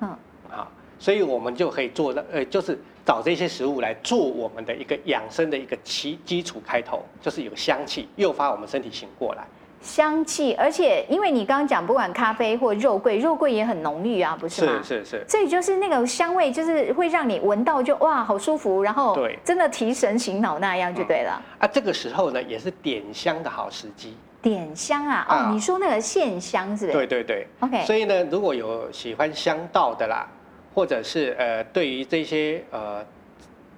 [SPEAKER 1] 嗯，
[SPEAKER 3] 啊，所以我们就可以做到，呃，就是找这些食物来做我们的一个养生的一个基基础开头，就是有香气，诱发我们身体醒过来。
[SPEAKER 1] 香气，而且因为你刚刚讲，不管咖啡或肉桂，肉桂也很浓郁啊，不是吗？
[SPEAKER 3] 是是是，
[SPEAKER 1] 所以就是那个香味，就是会让你闻到就哇，好舒服，然后
[SPEAKER 3] 对
[SPEAKER 1] 真的提神醒脑那样就对了。
[SPEAKER 3] 啊，这个时候呢，也是点香的好时机。
[SPEAKER 1] 点香啊，哦，
[SPEAKER 3] 啊
[SPEAKER 1] 你说那个线香是不是？
[SPEAKER 3] 对对对，
[SPEAKER 1] ，OK，
[SPEAKER 3] 所以呢，如果有喜欢香道的啦，或者是呃，对于这些呃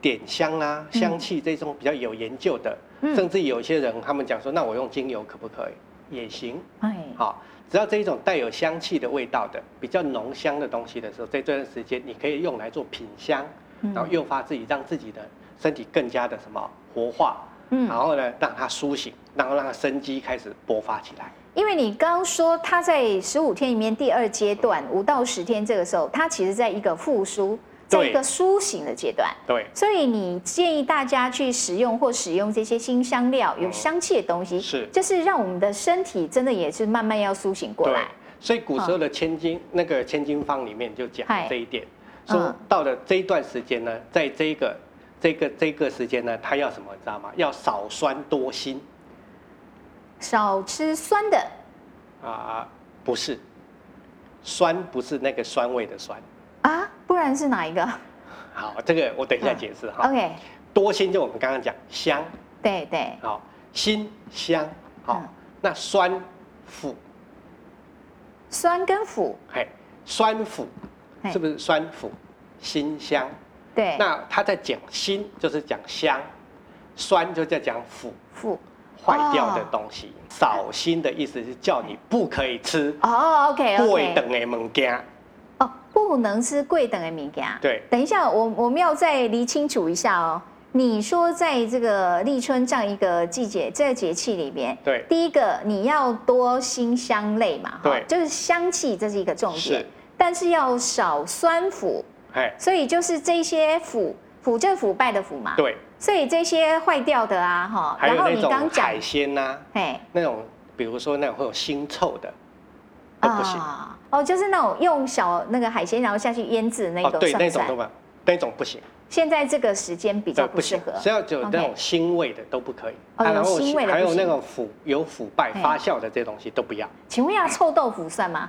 [SPEAKER 3] 点香啦、
[SPEAKER 1] 嗯
[SPEAKER 3] 香气这种比较有研究的，
[SPEAKER 1] 嗯
[SPEAKER 3] 甚至有些人他们讲说，那我用精油可不可以？也行。
[SPEAKER 1] 哎，
[SPEAKER 3] 好，只要这一种带有香气的味道的、比较浓香的东西的时候，在这段时间你可以用来做品香，然后
[SPEAKER 1] 嗯
[SPEAKER 3] 诱发自己，让自己的身体更加的什么活化，然
[SPEAKER 1] 嗯，
[SPEAKER 3] 后呢让它苏醒，然后让它生机开始勃发起来。
[SPEAKER 1] 因为你刚刚说它在十五天里面第二阶段五到十天这个时候，它其实在一个复苏，在
[SPEAKER 3] 对
[SPEAKER 1] 一个苏醒的阶段。
[SPEAKER 3] 对，
[SPEAKER 1] 所以你建议大家去使用或使用这些新香料，有
[SPEAKER 3] 嗯
[SPEAKER 1] 香气的东西，
[SPEAKER 3] 是
[SPEAKER 1] 就是让我们的身体真的也是慢慢要苏醒过
[SPEAKER 3] 对
[SPEAKER 1] 来。，
[SPEAKER 3] 所以古时候的千金、那个千金方里面就讲
[SPEAKER 1] 嗨
[SPEAKER 3] 这一点，
[SPEAKER 1] 嗯
[SPEAKER 3] 说到了这一段时间呢，在这一个这个这个时间呢，它要什么你知道吗？要少酸多辛
[SPEAKER 1] 少吃酸的，
[SPEAKER 3] 啊、不是，酸不是那个酸味的酸。
[SPEAKER 1] 啊，不然是哪一个
[SPEAKER 3] 好，这个我等一下解释哈。
[SPEAKER 1] 嗯？OK，
[SPEAKER 3] 多心就我们刚刚讲香，
[SPEAKER 1] 对对，
[SPEAKER 3] 好，辛香，好
[SPEAKER 1] 嗯，
[SPEAKER 3] 那酸腐，
[SPEAKER 1] 酸跟腐，
[SPEAKER 3] 嘿，酸腐
[SPEAKER 1] 嘿
[SPEAKER 3] 是不是酸腐？辛香，
[SPEAKER 1] 对，
[SPEAKER 3] 那他在讲辛就是讲香，酸就在讲腐，
[SPEAKER 1] 腐。
[SPEAKER 3] 坏掉
[SPEAKER 1] 哦
[SPEAKER 3] 的东西。少辛的意思是叫你不可以吃
[SPEAKER 1] 哦，OK
[SPEAKER 3] 贵
[SPEAKER 1] OK，
[SPEAKER 3] 等的物件，
[SPEAKER 1] 哦，不能吃贵等的米家。
[SPEAKER 3] 对
[SPEAKER 1] 等一下，我我们要再理清楚一下哦。你说在这个立春这样一个季节，这个节气里面，
[SPEAKER 3] 对
[SPEAKER 1] 第一个你要多辛香类嘛，哈
[SPEAKER 3] 对
[SPEAKER 1] 就是香气，这是一个重点
[SPEAKER 3] 是，
[SPEAKER 1] 但是要少酸腐，
[SPEAKER 3] 嘿，
[SPEAKER 1] 所以就是这些腐，腐就腐败的腐嘛，，
[SPEAKER 3] 对，
[SPEAKER 1] 所以这些坏掉的啊，哈，
[SPEAKER 3] 还
[SPEAKER 1] 然
[SPEAKER 3] 有
[SPEAKER 1] 后
[SPEAKER 3] 那
[SPEAKER 1] 你
[SPEAKER 3] 种
[SPEAKER 1] 刚讲
[SPEAKER 3] 海，鲜啊呐、
[SPEAKER 1] 哎，
[SPEAKER 3] 那种比如说那种会有腥臭的，都不行。
[SPEAKER 1] 啊哦，就是那种用小那个海鲜然后下去腌制那
[SPEAKER 3] 哦，
[SPEAKER 1] 种
[SPEAKER 3] 对，
[SPEAKER 1] 算
[SPEAKER 3] 那
[SPEAKER 1] 不
[SPEAKER 3] 种
[SPEAKER 1] 算？
[SPEAKER 3] 都不，那种不行，
[SPEAKER 1] 现在这个时间比较
[SPEAKER 3] 对，
[SPEAKER 1] 不适合
[SPEAKER 3] 只要有
[SPEAKER 1] OK
[SPEAKER 3] 那种腥味的都不可以。啊
[SPEAKER 1] 哦有
[SPEAKER 3] 然后
[SPEAKER 1] 腥味的
[SPEAKER 3] 还
[SPEAKER 1] 不
[SPEAKER 3] 有那
[SPEAKER 1] 行
[SPEAKER 3] 种腐有腐败
[SPEAKER 1] 嘿
[SPEAKER 3] 发酵的这些东西都不要。
[SPEAKER 1] 请问一下，臭豆腐算吗？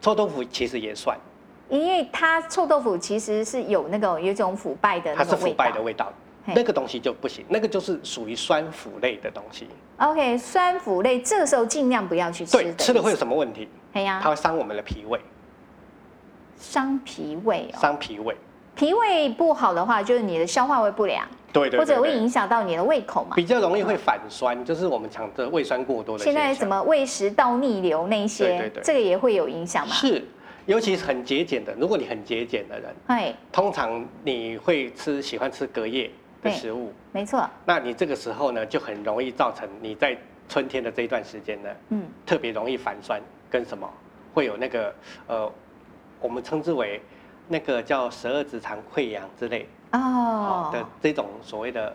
[SPEAKER 3] 臭豆腐其实也算，
[SPEAKER 1] 因为它臭豆腐其实是有那个有一种腐败的
[SPEAKER 3] 它
[SPEAKER 1] 嗯那
[SPEAKER 3] 是
[SPEAKER 1] 种
[SPEAKER 3] 腐
[SPEAKER 1] 味
[SPEAKER 3] 败
[SPEAKER 1] 道
[SPEAKER 3] 的。味道，
[SPEAKER 1] 嘿
[SPEAKER 3] 那个东西就不行，那个就是属于酸腐类的东西。
[SPEAKER 1] OK，酸腐类这个时候尽量不要去吃的意
[SPEAKER 3] 对，
[SPEAKER 1] 思。
[SPEAKER 3] 吃了会有什么问题？
[SPEAKER 1] 哎呀
[SPEAKER 3] 它，会伤我们的脾胃，
[SPEAKER 1] 伤脾胃哦。
[SPEAKER 3] 伤脾胃。
[SPEAKER 1] 脾胃不好的话，就是你的消化胃不良，
[SPEAKER 3] 对对，
[SPEAKER 1] 或者
[SPEAKER 3] 对
[SPEAKER 1] 会
[SPEAKER 3] 对
[SPEAKER 1] 影响到你的胃口嘛。
[SPEAKER 3] 比较容易会反酸，就是我们讲的胃酸过多的现
[SPEAKER 1] 现
[SPEAKER 3] 象。
[SPEAKER 1] 在什么胃食道逆流那一
[SPEAKER 3] 对
[SPEAKER 1] 些
[SPEAKER 3] 对，对
[SPEAKER 1] 这个也会有影响嘛？，
[SPEAKER 3] 是，尤其是很节俭的，如果你很节俭的人，
[SPEAKER 1] 哎，
[SPEAKER 3] 通常你会吃喜欢吃隔夜的
[SPEAKER 1] 对
[SPEAKER 3] 食物，
[SPEAKER 1] 没错，
[SPEAKER 3] 那你这个时候呢，就很容易造成你在春天的这一段时间呢，
[SPEAKER 1] 嗯，
[SPEAKER 3] 特别容易反酸，跟什么会有那个呃，我们称之为那个叫十二指肠溃疡之类
[SPEAKER 1] 哦
[SPEAKER 3] 哦的这种所谓的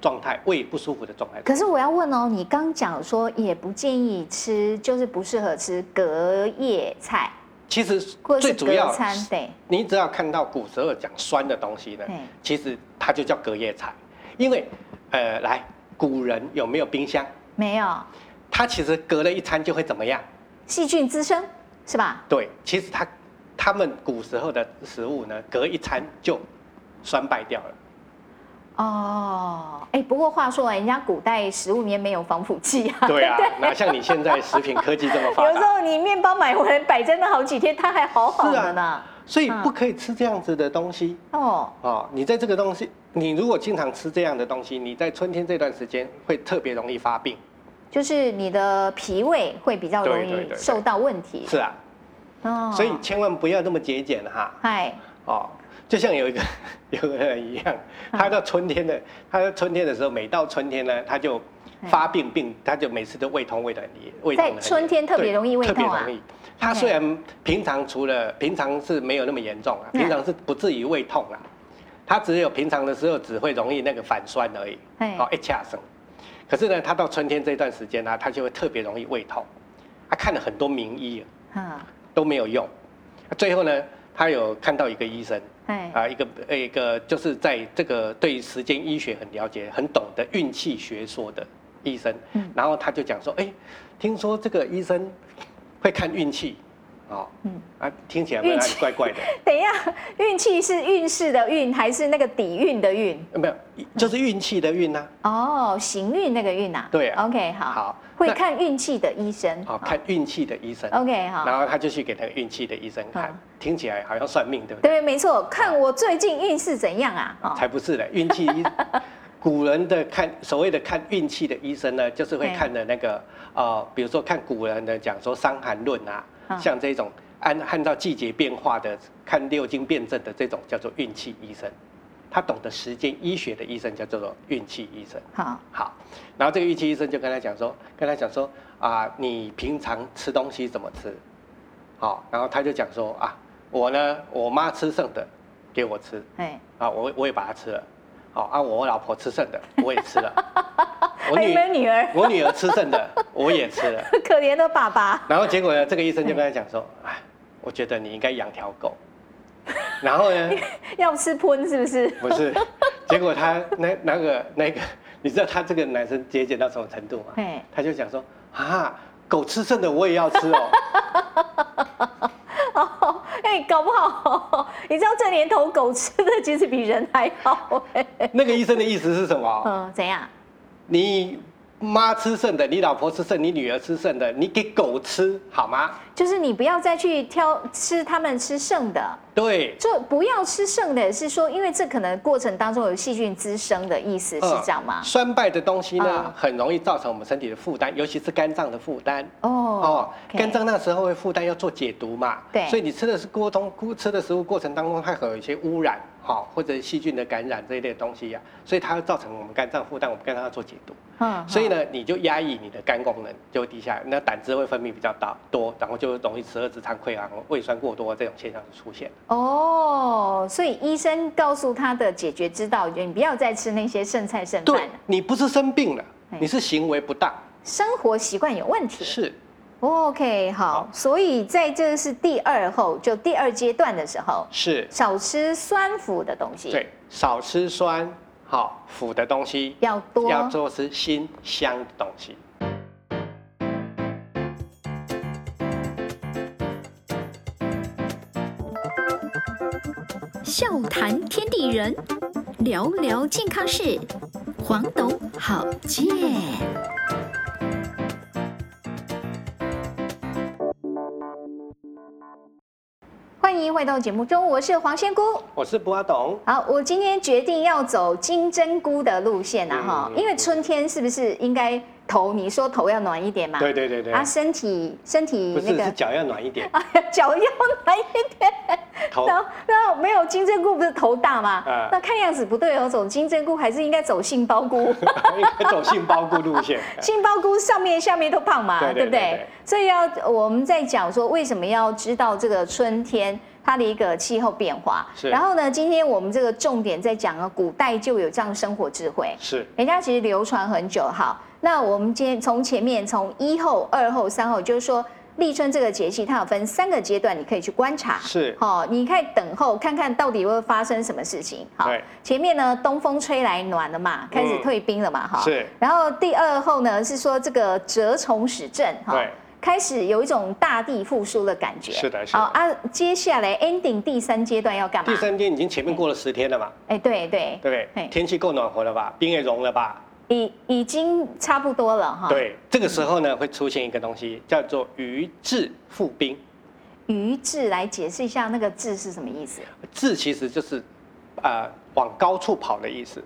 [SPEAKER 3] 状态，胃不舒服的状态。
[SPEAKER 1] 可是我要问哦，你刚讲说也不建议吃，就是不适合吃隔夜菜
[SPEAKER 3] 其实
[SPEAKER 1] 或者
[SPEAKER 3] 最
[SPEAKER 1] 是
[SPEAKER 3] 主要
[SPEAKER 1] 隔，餐，对，
[SPEAKER 3] 你只要看到古时候讲酸的东西呢
[SPEAKER 1] 对，
[SPEAKER 3] 其实它就叫隔夜菜，因为呃，来古人有没有冰箱？
[SPEAKER 1] 没有
[SPEAKER 3] 他其实隔了一餐就会怎么样？
[SPEAKER 1] 细菌滋生是吧？
[SPEAKER 3] 对，其实他 他们古时候的食物呢，隔一餐就酸败掉了。
[SPEAKER 1] 哦，哎，不过话说，人家古代食物里面没有防腐剂 啊。
[SPEAKER 3] 对啊，哪像你现在食品科技这么发
[SPEAKER 1] 有时
[SPEAKER 3] 达，
[SPEAKER 1] 候嗯你面包买回来摆在那好几天，它还好好的
[SPEAKER 3] 是啊
[SPEAKER 1] 呢。
[SPEAKER 3] 所以不可以吃这样子的东西
[SPEAKER 1] 哦，
[SPEAKER 3] 哦。你在这个东西，你如果经常吃这样的东西，你在春天这段时间会特别容易发病。
[SPEAKER 1] 就是你的脾胃会比较容
[SPEAKER 3] 对对对
[SPEAKER 1] 易
[SPEAKER 3] 对
[SPEAKER 1] 受到问题。
[SPEAKER 3] 是啊，
[SPEAKER 1] 哦
[SPEAKER 3] 所以千万不要这么节俭哈。
[SPEAKER 1] 嗨，
[SPEAKER 3] 哦，就像有一个 有个人一样，
[SPEAKER 1] 嗯
[SPEAKER 3] 他到春天的，他到春天的时候，每到春天呢，他就发病病，他就每次都胃痛，胃得很厉胃痛得很厉害
[SPEAKER 1] 在春天特别容易胃痛啊
[SPEAKER 3] 对特别容易。他虽然平常除了平常是没有那么严重啊，
[SPEAKER 1] 嗯
[SPEAKER 3] 平常是不至于胃痛啊，他只有平常的时候只会容易那个反酸而已
[SPEAKER 1] 嘿，
[SPEAKER 3] 哦，一掐手。可是呢，他到春天这段时间呢、啊他就会特别容易胃痛。他看了很多名医啊
[SPEAKER 1] 嗯，
[SPEAKER 3] 都没有用，最后呢，他有看到一个医生。
[SPEAKER 1] 哎，
[SPEAKER 3] 啊，一个呃一个就是在这个对时间医学很了解、很懂得运气学说的医生，
[SPEAKER 1] 嗯
[SPEAKER 3] 然后他就讲说，哎、听说这个医生会看运气，哦，
[SPEAKER 1] 嗯
[SPEAKER 3] 啊，听起来蛮
[SPEAKER 1] 运气
[SPEAKER 3] 怪怪的，
[SPEAKER 1] 等一下，运气是运势的运，还是那个底蕴的运？
[SPEAKER 3] 呃没 有，就是运气的运呐、啊
[SPEAKER 1] 哦，行运那个运啊。
[SPEAKER 3] 对啊
[SPEAKER 1] OK，好。
[SPEAKER 3] 好
[SPEAKER 1] 会
[SPEAKER 3] 那
[SPEAKER 1] 看运气的医生。
[SPEAKER 3] 哦，看运气的医生，
[SPEAKER 1] OK，好。
[SPEAKER 3] 然后他就去给那个运气的医生看
[SPEAKER 1] 好，
[SPEAKER 3] 听起来好像算命，对不对？
[SPEAKER 1] 对，没错，看我最近运势怎样啊？哦
[SPEAKER 3] 啊 才不是嘞，运气医，古人的看所谓的看运气的医生呢，就是会
[SPEAKER 1] 对
[SPEAKER 3] 看的那个呃，比如说看古人的讲说《伤寒论》啊，
[SPEAKER 1] 嗯
[SPEAKER 3] 像这种按按照季节变化的看六经辩证的这种叫做运气医生，他懂得时间医学的医生叫做运气医生。
[SPEAKER 1] 好，
[SPEAKER 3] 好，然后这个运气医生就跟他讲说，跟他讲说啊、你平常吃东西怎么吃？好，然后他就讲说啊，我呢，我妈吃剩的给我吃，
[SPEAKER 1] 哎，
[SPEAKER 3] 啊，我我也把它吃了，好啊，我老婆吃剩的我也 吃了，我
[SPEAKER 1] 还有
[SPEAKER 3] 女
[SPEAKER 1] 没有女儿？
[SPEAKER 3] 我女儿吃剩的我也吃了，
[SPEAKER 1] 可怜的爸爸。
[SPEAKER 3] 然后结果呢，这个医生就跟他讲说，哎，我觉得你应该养条狗，然后呢，
[SPEAKER 1] 要吃喷是不是？
[SPEAKER 3] 不是，结果他那那个那个，你知道他这个男生节俭到什么程度吗？
[SPEAKER 1] 哎，
[SPEAKER 3] 他就想说啊，狗吃剩的我也要吃 哦，
[SPEAKER 1] 哦，哎，搞不好， 你知道这年头狗吃的 其实比人还
[SPEAKER 3] 哦
[SPEAKER 1] 好哎。
[SPEAKER 3] 那个医生的意思是什么？
[SPEAKER 1] 嗯，怎样？
[SPEAKER 3] 你妈吃剩的，你老婆吃剩，你女儿吃剩的，你给狗吃好吗？
[SPEAKER 1] 就是你不要再去挑吃他们吃剩的，
[SPEAKER 3] 对。
[SPEAKER 1] 就不要吃剩的，是说因为这可能过程当中有细菌滋生的意思，是这样吗
[SPEAKER 3] 嗯？酸败的东西呢，
[SPEAKER 1] 嗯
[SPEAKER 3] 很容易造成我们身体的负担，尤其是肝脏的负担。
[SPEAKER 1] 哦
[SPEAKER 3] 哦，，
[SPEAKER 1] OK
[SPEAKER 3] 肝脏那时候会负担要做解毒嘛，
[SPEAKER 1] 对
[SPEAKER 3] 所以你吃的是过通过吃的食物过程当中，它会有一些污染，哈、或者细菌的感染这一类的东西呀、啊所以它会造成我们肝脏负担，我们肝脏要做解毒，
[SPEAKER 1] 嗯，
[SPEAKER 3] 所以
[SPEAKER 1] 呢，
[SPEAKER 3] 呢，你就压抑你的肝功能就会低下来，那胆汁会分泌比较大多，然后就容易十二指肠溃疡、胃酸过多这种现象就出现了。
[SPEAKER 1] 哦，所以医生告诉他的解决之道，就你不要再吃那些剩菜剩
[SPEAKER 3] 对
[SPEAKER 1] 饭了，
[SPEAKER 3] 你不是生病了，
[SPEAKER 1] 哎
[SPEAKER 3] 你是行为不当，
[SPEAKER 1] 生活习惯有问题。
[SPEAKER 3] 是
[SPEAKER 1] OK，好，
[SPEAKER 3] 好
[SPEAKER 1] 所以在这是第二后，就第二阶段的时候，
[SPEAKER 3] 是。
[SPEAKER 1] 少吃酸腐的东西，
[SPEAKER 3] 对，少吃酸好腐的东西，
[SPEAKER 1] 要多
[SPEAKER 3] 要多吃辛香的东西。
[SPEAKER 4] 笑谈天地人，聊聊健康事，黄董好见。
[SPEAKER 1] 欢迎回到节目中，我是黄仙姑。
[SPEAKER 3] 我是不阿董，
[SPEAKER 1] 好，我今天决定要走金针菇的路线啊，哈、
[SPEAKER 3] 嗯
[SPEAKER 1] 因为春天是不是应该头？你说头要暖一点嘛？
[SPEAKER 3] 对对对对，
[SPEAKER 1] 啊，身体身体
[SPEAKER 3] 不是
[SPEAKER 1] 那个
[SPEAKER 3] 是脚要暖一点，
[SPEAKER 1] 哎呀， 脚要暖一点。
[SPEAKER 3] 头
[SPEAKER 1] 然后，然后没有金针菇不是头大吗？
[SPEAKER 3] 嗯
[SPEAKER 1] 那看样子不对哦，走金针菇还是应该走杏鲍 菇。
[SPEAKER 3] 应该走杏鲍菇路 线。
[SPEAKER 1] 杏鲍菇上面下面都胖嘛，
[SPEAKER 3] 对对
[SPEAKER 1] 不对
[SPEAKER 3] 对对？
[SPEAKER 1] 所以要我们在讲说为什么要知道这个春天它的一个气候变化。
[SPEAKER 3] 是
[SPEAKER 1] 然后呢，今天我们这个重点在讲啊，古代就有这样生活智慧，
[SPEAKER 3] 是
[SPEAKER 1] 人家其实流传很久。好，那我们今天从前面从一后、二后、三后，就是说立春这个节气，它有分三个阶段，你可以去观察。
[SPEAKER 3] 是
[SPEAKER 1] 好、你可以等候看看到底会发生什么事情。好
[SPEAKER 3] 对，
[SPEAKER 1] 前面呢东风吹来暖了嘛，开始
[SPEAKER 3] 嗯
[SPEAKER 1] 退冰了嘛，哈、
[SPEAKER 3] 是
[SPEAKER 1] 然后第二后呢是说这个蛰虫始振哈
[SPEAKER 3] 对，
[SPEAKER 1] 开始有一种大地复苏的感觉。
[SPEAKER 3] 是的是的
[SPEAKER 1] 好啊，接下来 ending 第三阶段要干嘛？
[SPEAKER 3] 第，三天已经前面过了十天了嘛，
[SPEAKER 1] 哎，对对，
[SPEAKER 3] 对不对
[SPEAKER 1] 嘿？
[SPEAKER 3] 天气够暖和了吧？冰也融了吧？
[SPEAKER 1] 已已经差不多了哈。，
[SPEAKER 3] 对，这个时候呢会出现一个东西叫做鱼质复冰。
[SPEAKER 1] 鱼质来解释一下那个质是什么意思？
[SPEAKER 3] 质其实就是呃往高处跑的意思。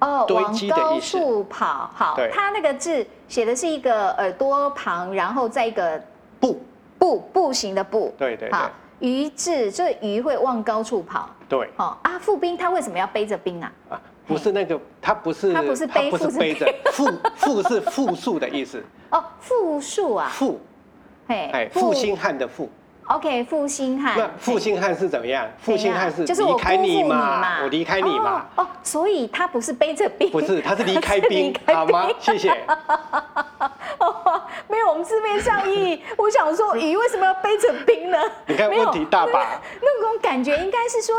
[SPEAKER 1] 哦，
[SPEAKER 3] 堆
[SPEAKER 1] 往
[SPEAKER 3] 积的
[SPEAKER 1] 高
[SPEAKER 3] 意思
[SPEAKER 1] 处跑，好
[SPEAKER 3] 对，
[SPEAKER 1] 它那个字写的是一个耳朵旁，然后再一个
[SPEAKER 3] 不，
[SPEAKER 1] 步步行的步，
[SPEAKER 3] 对对对
[SPEAKER 1] 好，鱼字就是鱼会往高处跑，
[SPEAKER 3] 对
[SPEAKER 1] 哦啊，傅兵他为什么要背着兵啊？
[SPEAKER 3] 啊，不是那个，它不是，
[SPEAKER 1] 它不是背
[SPEAKER 3] 它不是
[SPEAKER 1] 负是
[SPEAKER 3] 背着， 复复是复数的意思，
[SPEAKER 1] 哦，复数啊，
[SPEAKER 3] 复
[SPEAKER 1] 嘿
[SPEAKER 3] 哎负心汉的复。
[SPEAKER 1] ，OK，负心汉，啊
[SPEAKER 3] 那负心汉是怎么样？负心汉是
[SPEAKER 1] 哎就是我
[SPEAKER 3] 离开
[SPEAKER 1] 辜负你
[SPEAKER 3] 你嘛，我离开你嘛，
[SPEAKER 1] 哦，哦所以他不是背着兵，
[SPEAKER 3] 不是，他是离开
[SPEAKER 1] 他是
[SPEAKER 3] 兵，好吗？谢谢。
[SPEAKER 1] 哦，没有，我们字面上意义，我想说鱼为什么要背着冰呢？
[SPEAKER 3] 你看
[SPEAKER 1] 没有
[SPEAKER 3] 问题大吧
[SPEAKER 1] 那那种感觉应该是说。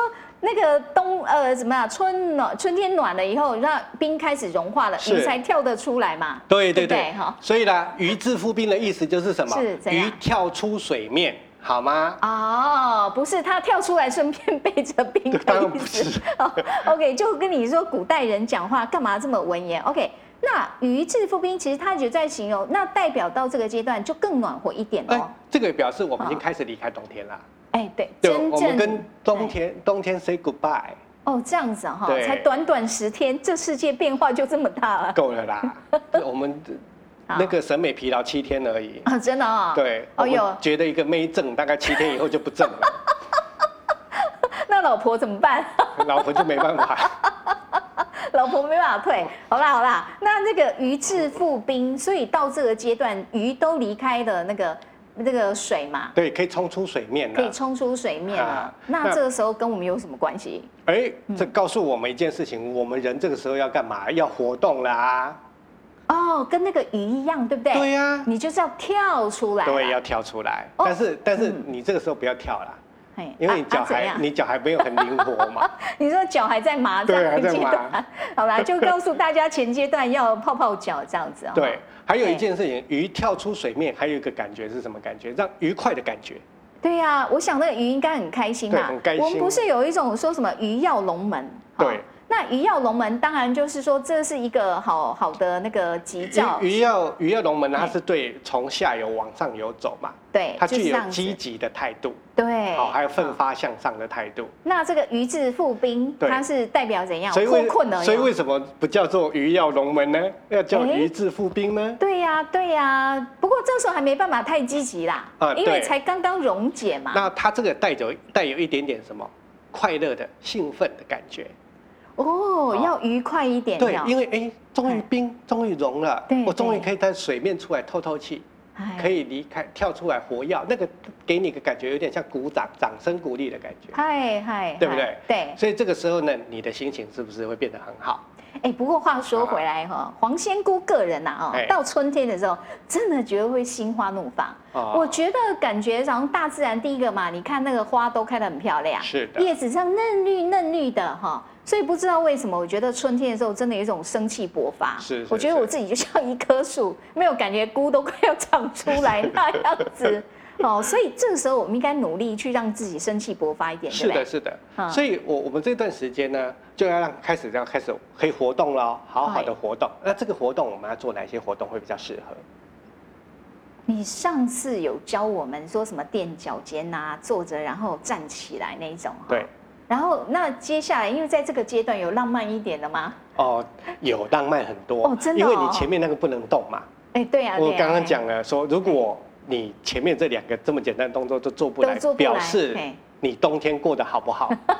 [SPEAKER 1] 那个冬呃怎么啊？春暖春天暖了以后，让冰开始融化了，
[SPEAKER 3] 是
[SPEAKER 1] 鱼才跳得出来嘛。
[SPEAKER 3] 对
[SPEAKER 1] 对
[SPEAKER 3] 对
[SPEAKER 1] 不
[SPEAKER 3] 对
[SPEAKER 1] 哈，
[SPEAKER 3] 所以呢，鱼质复冰的意思就是什么
[SPEAKER 1] 是？怎样
[SPEAKER 3] 鱼跳出水面，好吗？
[SPEAKER 1] 哦，不是，他跳出来顺便 背着冰的意思。
[SPEAKER 3] 当然不是
[SPEAKER 1] 哦 OK，就跟你说，古代人讲话干嘛这么文言？OK，那鱼质复冰，其实他就在形容，那代表到这个阶段就更暖和一点
[SPEAKER 3] 哎
[SPEAKER 1] 哦。，
[SPEAKER 3] 这个表示我们已经
[SPEAKER 1] 哦
[SPEAKER 3] 开始离开冬天了。
[SPEAKER 1] 哎，对，
[SPEAKER 3] 对，
[SPEAKER 1] 真
[SPEAKER 3] 我
[SPEAKER 1] 正哎
[SPEAKER 3] 们跟冬天冬天 say goodbye，
[SPEAKER 1] 哦，这样子哈、
[SPEAKER 3] 对
[SPEAKER 1] 才短短十天，这世界变化就这么大了
[SPEAKER 3] 够了啦。 我们
[SPEAKER 1] 好
[SPEAKER 3] 那个审美疲劳七天而 已。
[SPEAKER 1] 啊、真的哦。
[SPEAKER 3] 对，
[SPEAKER 1] 哦
[SPEAKER 3] 我
[SPEAKER 1] 哟
[SPEAKER 3] 们，觉得一个妹正，大概七天以后就不正了，
[SPEAKER 1] 那老婆怎么办？
[SPEAKER 3] 老婆就没办法。
[SPEAKER 1] 老婆没办法退。好
[SPEAKER 3] 哦
[SPEAKER 1] 啦好啦，那这个鱼质复冰，所以到这个阶段，鱼都离开的那个那个水嘛，
[SPEAKER 3] 对，可以冲出水面
[SPEAKER 1] 可以
[SPEAKER 3] 了。
[SPEAKER 1] 冲出水面了。
[SPEAKER 3] 啊
[SPEAKER 1] 那
[SPEAKER 3] 那
[SPEAKER 1] 这个时候跟我们有什么关系？
[SPEAKER 3] 哎，
[SPEAKER 1] 嗯
[SPEAKER 3] 这告诉我们一件事情：我们人这个时候要干嘛？要活动啦。
[SPEAKER 1] 哦，跟那个鱼一样，对不对？
[SPEAKER 3] 对呀
[SPEAKER 1] 你就是要跳出来。啊
[SPEAKER 3] 对，要。跳出来。
[SPEAKER 1] 哦
[SPEAKER 3] 但是但是你这个时候不要跳啦，
[SPEAKER 1] 嘿
[SPEAKER 3] 因为你
[SPEAKER 1] 啊啊
[SPEAKER 3] 脚
[SPEAKER 1] 怎
[SPEAKER 3] 还
[SPEAKER 1] 样哦
[SPEAKER 3] 你脚还没有很灵活 嘛。
[SPEAKER 1] 你说脚还在麻这
[SPEAKER 3] 对
[SPEAKER 1] 样
[SPEAKER 3] 还
[SPEAKER 1] 的
[SPEAKER 3] 在
[SPEAKER 1] 阶
[SPEAKER 3] 麻
[SPEAKER 1] 段， 好啦，就告诉大家前阶段要泡泡脚这样子哦。
[SPEAKER 3] 对，还有
[SPEAKER 1] 对
[SPEAKER 3] 一件事情，鱼跳出水面，还有一个感觉是什么感觉？让愉快的感觉。
[SPEAKER 1] 对呀、我想那个鱼应该很开心
[SPEAKER 3] 对
[SPEAKER 1] 嘛。
[SPEAKER 3] 很开心
[SPEAKER 1] 我们不是有一种说什么鱼跃龙门？
[SPEAKER 3] 对
[SPEAKER 1] 哦那鱼跃龙门，当然就是说这是一个好好的那个急兆，
[SPEAKER 3] 鱼鱼跃鱼跃龙门，它是对从下游往上游走嘛，
[SPEAKER 1] 对，
[SPEAKER 3] 它
[SPEAKER 1] 就
[SPEAKER 3] 具
[SPEAKER 1] 是这
[SPEAKER 3] 有
[SPEAKER 1] 样
[SPEAKER 3] 积
[SPEAKER 1] 子。哎
[SPEAKER 3] 极的态度，哦
[SPEAKER 1] 对，
[SPEAKER 3] 好，还有奋发向上的态度。
[SPEAKER 1] 那这个鱼字复兵，
[SPEAKER 3] 对
[SPEAKER 1] 它是代表怎样？
[SPEAKER 3] 所以
[SPEAKER 1] 脱
[SPEAKER 3] 为
[SPEAKER 1] 困而已。
[SPEAKER 3] 所以为什么不叫做鱼跃龙门呢？要叫
[SPEAKER 1] 哎
[SPEAKER 3] 鱼字复兵呢？
[SPEAKER 1] 对呀、对呀、不过这时候还没办法太积极啦，
[SPEAKER 3] 啊
[SPEAKER 1] 因为
[SPEAKER 3] 对
[SPEAKER 1] 才刚刚溶解嘛。
[SPEAKER 3] 那它这个带有带有一点点什么快乐的、兴奋的感觉。
[SPEAKER 1] 哦，要愉快一点。
[SPEAKER 3] 啊对
[SPEAKER 1] 要，
[SPEAKER 3] 因为哎，终于冰终于融了
[SPEAKER 1] 对，
[SPEAKER 3] 我终于
[SPEAKER 1] 对
[SPEAKER 3] 可以在水面出来透透气。
[SPEAKER 1] 哎
[SPEAKER 3] 可以离开跳出来活跃，那个给你一个感觉有点像鼓掌、掌声鼓励的感觉，
[SPEAKER 1] 嗨嗨，
[SPEAKER 3] 对不
[SPEAKER 1] 嗨
[SPEAKER 3] 对？
[SPEAKER 1] 哎对，
[SPEAKER 3] 所以这个时候呢，你的心情是不是会变得很好？
[SPEAKER 1] 哎，不过话说回来哈，黄仙姑个人呐，哦
[SPEAKER 3] 哎，
[SPEAKER 1] 到春天的时候，真的觉得会心花怒放。
[SPEAKER 3] 哦
[SPEAKER 1] 我觉得感觉好像大自然第一个嘛，你看那个花都开得很漂亮，
[SPEAKER 3] 是的
[SPEAKER 1] 叶子上嫩绿嫩绿的哈。所以不知道为什么，我觉得春天的时候真的有一种生气勃发。
[SPEAKER 3] 是是
[SPEAKER 1] 我觉得我
[SPEAKER 3] 是
[SPEAKER 1] 自己就像一棵树，没有感觉菇都快要长出来那样子。 哦，所以这个时候我们应该努力去让自己生气勃发一点，对
[SPEAKER 3] 是
[SPEAKER 1] 不对
[SPEAKER 3] 的，？是的
[SPEAKER 1] 嗯。
[SPEAKER 3] 所以我我们这段时间呢，就要让开始要开始可以活动了，哦好好的活动。那这个活动我们要做哪些活动会比较适合？
[SPEAKER 1] 你上次有教我们说什么垫脚尖啊，坐着然后站起来那一种哈。
[SPEAKER 3] 对。
[SPEAKER 1] 然后那接下来，因为在这个阶段有浪漫一点的吗？
[SPEAKER 3] 哦，有浪漫很多
[SPEAKER 1] 哦真的
[SPEAKER 3] 因
[SPEAKER 1] 哦
[SPEAKER 3] 为你前面那个不能动嘛。
[SPEAKER 1] 哎，对啊，
[SPEAKER 3] 我
[SPEAKER 1] 对啊
[SPEAKER 3] 刚刚讲了说，如果你前面这两个这么简单的动作都做不来
[SPEAKER 1] 都做，不来
[SPEAKER 3] 表示
[SPEAKER 1] 嘿
[SPEAKER 3] 你冬天过得好 不好？
[SPEAKER 1] 哎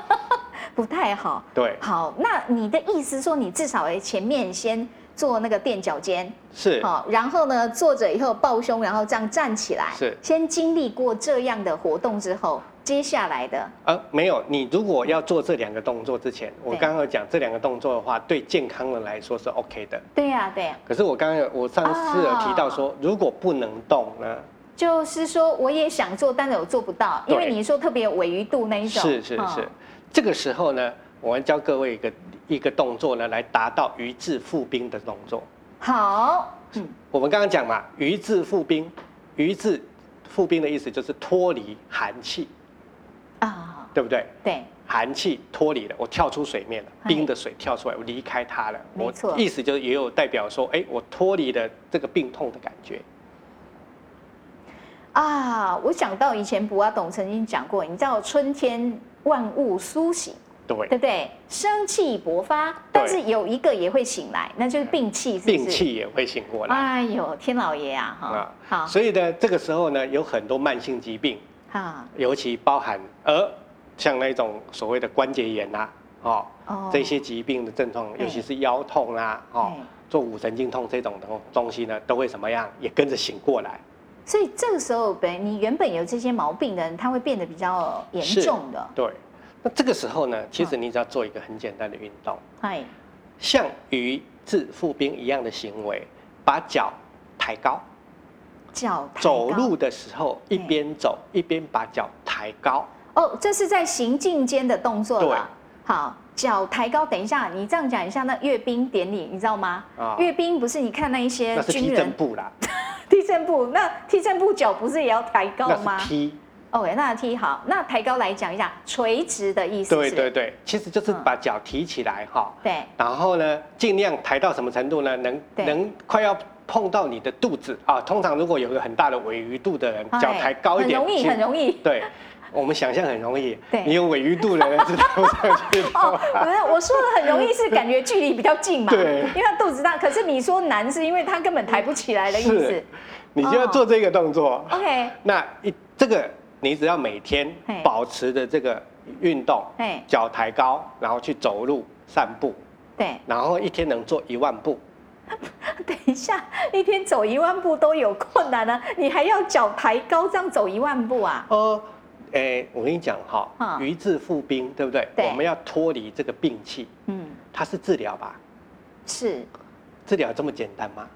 [SPEAKER 1] 不太好。
[SPEAKER 3] 对，
[SPEAKER 1] 好，那你的意思说，你至少哎前面先做那个垫脚尖，
[SPEAKER 3] 是。
[SPEAKER 1] 好，然后呢坐着以后抱胸，然后这样站起来，
[SPEAKER 3] 是
[SPEAKER 1] 先经历过这样的活动之后，接下来的
[SPEAKER 3] 呃，没有，你如果要做这两个动作之前，我
[SPEAKER 1] 对
[SPEAKER 3] 刚刚有讲这两个动作的话，对健康人来说是 OK 的。
[SPEAKER 1] 对呀、对啊呀、
[SPEAKER 3] 可是我刚刚有我上次有提到说，如果不能动呢，
[SPEAKER 1] 啊就是说我也想做，但是我做不到，因为
[SPEAKER 3] 对
[SPEAKER 1] 你说特别有尾鱼度那一种，
[SPEAKER 3] 是是
[SPEAKER 1] 嗯
[SPEAKER 3] 是，这个时候呢，我要教各位一个一个动作呢，来达到鱼质复冰的动作。
[SPEAKER 1] 好，嗯，
[SPEAKER 3] 我们刚刚讲嘛，鱼质复冰，于字复冰的意思就是脱离寒气，
[SPEAKER 1] 啊，
[SPEAKER 3] 对不对？
[SPEAKER 1] 对，
[SPEAKER 3] 寒气脱离了，我跳出水面了，
[SPEAKER 1] 哎
[SPEAKER 3] 冰的水跳出来，我离开它了。
[SPEAKER 1] 没
[SPEAKER 3] 我
[SPEAKER 1] 错
[SPEAKER 3] 意思就是也有代表说，哎，我脱离了这个病痛的感觉。
[SPEAKER 1] 啊，我想到以前卜阿董曾经讲过，你知道春天万物苏醒，
[SPEAKER 3] 对，
[SPEAKER 1] 对不对？生气勃发，但是有一个也会醒来，那就是病气，是不是？
[SPEAKER 3] 病。气也会醒过来
[SPEAKER 1] 哎呦，天老爷啊，哈
[SPEAKER 3] 啊，。
[SPEAKER 1] 好，
[SPEAKER 3] 所以呢，这个时候呢，有很多慢性疾病，
[SPEAKER 1] 好，
[SPEAKER 3] 尤其包含呃，像那种所谓的关节炎啊，哦，
[SPEAKER 1] 哦
[SPEAKER 3] 这些疾病的症状，
[SPEAKER 1] 对
[SPEAKER 3] 尤其是腰痛啊，哦
[SPEAKER 1] 对，
[SPEAKER 3] 坐骨神经痛这种东东西呢，都会怎么样，也跟着醒过来。
[SPEAKER 1] 所以这个时候本你原本有这些毛病的人，他会变得比较严
[SPEAKER 3] 是
[SPEAKER 1] 重的。
[SPEAKER 3] 对，那这个时候呢，其实你只要做一个很简单的运动，
[SPEAKER 1] 哎，
[SPEAKER 3] 像与治复冰一样的行为，把脚抬高，
[SPEAKER 1] 脚抬高
[SPEAKER 3] 走路的时候一
[SPEAKER 1] 对
[SPEAKER 3] 边走一边把脚抬高。
[SPEAKER 1] 哦，这是在行进间的动作了。好，脚抬高。等一下，你这样讲一下那阅兵典礼，你知道吗？
[SPEAKER 3] 啊
[SPEAKER 1] 阅兵不是你看那一些
[SPEAKER 3] 那是
[SPEAKER 1] 军
[SPEAKER 3] 踢正
[SPEAKER 1] 人
[SPEAKER 3] 步啦，
[SPEAKER 1] 踢正步，那踢正步脚不是也要抬高
[SPEAKER 3] 那
[SPEAKER 1] 吗
[SPEAKER 3] 是踢，
[SPEAKER 1] 哦，那踢好，那抬高来讲一下垂直的意思
[SPEAKER 3] 对
[SPEAKER 1] 是。
[SPEAKER 3] 对对，其实就是
[SPEAKER 1] 嗯
[SPEAKER 3] 把脚提起来哈，
[SPEAKER 1] 对
[SPEAKER 3] 然后呢，尽量抬到什么程度呢？能
[SPEAKER 1] 对
[SPEAKER 3] 能快要碰到你的肚子啊。通常如果有一个很大的尾鱼肚的人，
[SPEAKER 1] 哎
[SPEAKER 3] 脚抬高一点，
[SPEAKER 1] 很容易
[SPEAKER 3] 其实
[SPEAKER 1] 很容易
[SPEAKER 3] 对，我们想象很容易
[SPEAKER 1] 对，
[SPEAKER 3] 你有尾鱼肚的人知道上去
[SPEAKER 1] 哦，不是，我说的很容易是感觉距离比较近嘛，
[SPEAKER 3] 对
[SPEAKER 1] 因为他肚子大。可是你说难是因为他根本抬不起来的意思
[SPEAKER 3] 是。，你就要
[SPEAKER 1] 哦
[SPEAKER 3] 做这个动作。
[SPEAKER 1] OK，
[SPEAKER 3] 那一这个你只要每天
[SPEAKER 1] 嘿
[SPEAKER 3] 保持着这个运动
[SPEAKER 1] 嘿，
[SPEAKER 3] 脚抬高，然后去走路、散步，
[SPEAKER 1] 对，
[SPEAKER 3] 然后一天能做一万步。
[SPEAKER 1] 等一下，一天走一万步都有困难了、你还要脚抬高这样走一万步啊？
[SPEAKER 3] 哦，诶，我跟你讲哈，
[SPEAKER 1] 嗯
[SPEAKER 3] 于治复冰，对不对？
[SPEAKER 1] 对
[SPEAKER 3] 我们要脱离这个病气，
[SPEAKER 1] 嗯，
[SPEAKER 3] 它是治疗吧？
[SPEAKER 1] 是。
[SPEAKER 3] 治疗这么简单吗？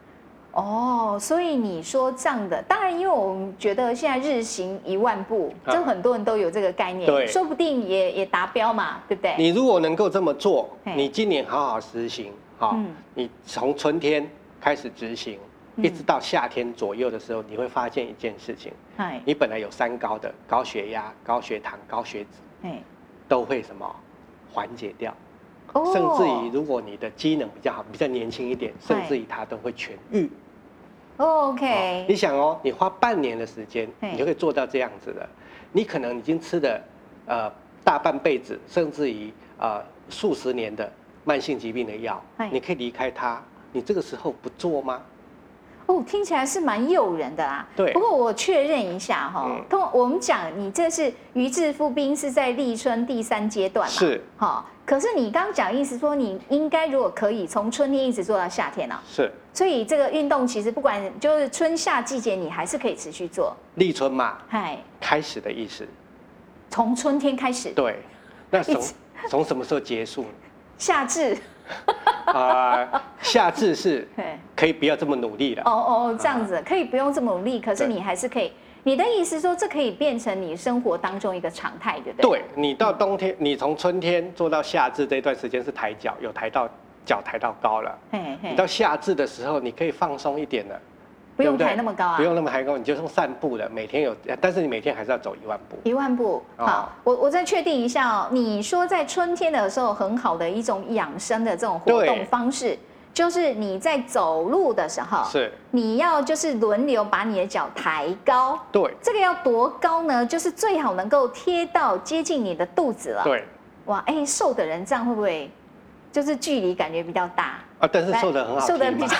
[SPEAKER 1] 哦，所以你说这样的，当然，因为我们觉得现在日行一万步，
[SPEAKER 3] 啊
[SPEAKER 1] 这很多人都有这个概念，
[SPEAKER 3] 对
[SPEAKER 1] 说不定也也达标嘛，对不对？
[SPEAKER 3] 你如果能够这么做
[SPEAKER 1] 哎嘿，
[SPEAKER 3] 你今年好好实行，哈、
[SPEAKER 1] 嗯
[SPEAKER 3] 你从春天开始执行，
[SPEAKER 1] 嗯
[SPEAKER 3] 一直到夏天左右的时候，你会发现一件事情，
[SPEAKER 1] 哎
[SPEAKER 3] 你本来有三高的高血压、高血糖、高血脂，
[SPEAKER 1] 哎，
[SPEAKER 3] 都会什么缓解掉，
[SPEAKER 1] 哦
[SPEAKER 3] 甚至于如果你的机能比较好、比较年轻一点，甚至于它都会痊愈。
[SPEAKER 1] 哦
[SPEAKER 3] 哦你
[SPEAKER 1] OK，
[SPEAKER 3] 想哦，你花半年的时间，
[SPEAKER 1] 嘿
[SPEAKER 3] 你就可以做到这样子的。你可能已经吃了呃大半辈子，甚至于呃数十年的慢性疾病的药
[SPEAKER 1] 嘿，
[SPEAKER 3] 你可以离开它。你这个时候不做吗？
[SPEAKER 1] 哦，听起来是蛮诱人的啦。
[SPEAKER 3] 对
[SPEAKER 1] 不过我确认一下哈、
[SPEAKER 3] 嗯
[SPEAKER 1] 通我们讲你这是鱼治复冰是在立春第三阶段嘛？
[SPEAKER 3] 是
[SPEAKER 1] 好、可是你刚讲意思说你应该如果可以从春天一直做到夏天啊，
[SPEAKER 3] 是，
[SPEAKER 1] 所以这个运动其实不管就是春夏季节你还是可以持续做。
[SPEAKER 3] 立春嘛，
[SPEAKER 1] 嗨，
[SPEAKER 3] 开始的意思。
[SPEAKER 1] 从春天开始，
[SPEAKER 3] 对，那 从
[SPEAKER 1] 一直
[SPEAKER 3] 从什么时候结束呢？
[SPEAKER 1] 夏至，
[SPEAKER 3] 啊、 夏至是
[SPEAKER 1] 对，
[SPEAKER 3] 可以不要这么努力了。
[SPEAKER 1] 哦哦，这样子可以不用这么努力，可是
[SPEAKER 3] 对
[SPEAKER 1] 你还是可以。你的意思说，这可以变成你生活当中一个常态，对不对？
[SPEAKER 3] 对你到冬天，你从春天做到夏至这段时间是抬脚，有抬到脚抬到高了。
[SPEAKER 1] 对，嘿
[SPEAKER 3] 你
[SPEAKER 1] 嘿
[SPEAKER 3] 到，夏至的时候，你可以放松一点了，
[SPEAKER 1] 不用
[SPEAKER 3] 对对
[SPEAKER 1] 抬那么高啊
[SPEAKER 3] 不，用那么抬高，你就用散步了。每天有，但是你每天还是要走一万步。
[SPEAKER 1] 一万步。
[SPEAKER 3] 哦
[SPEAKER 1] 好，我我再确定一下哦。你说在春天的时候，很好的一种养生的这种活动
[SPEAKER 3] 对
[SPEAKER 1] 方式，就是你在走路的时候，
[SPEAKER 3] 是，
[SPEAKER 1] 你要就是轮流把你的脚抬高。
[SPEAKER 3] 对，
[SPEAKER 1] 这个要多高呢？就是最好能够贴到接近你的肚子了。
[SPEAKER 3] 对
[SPEAKER 1] 哇，哎、瘦的人这样会不会就是距离感觉比较大？
[SPEAKER 3] 啊，但是瘦的很好，
[SPEAKER 1] 瘦的比较。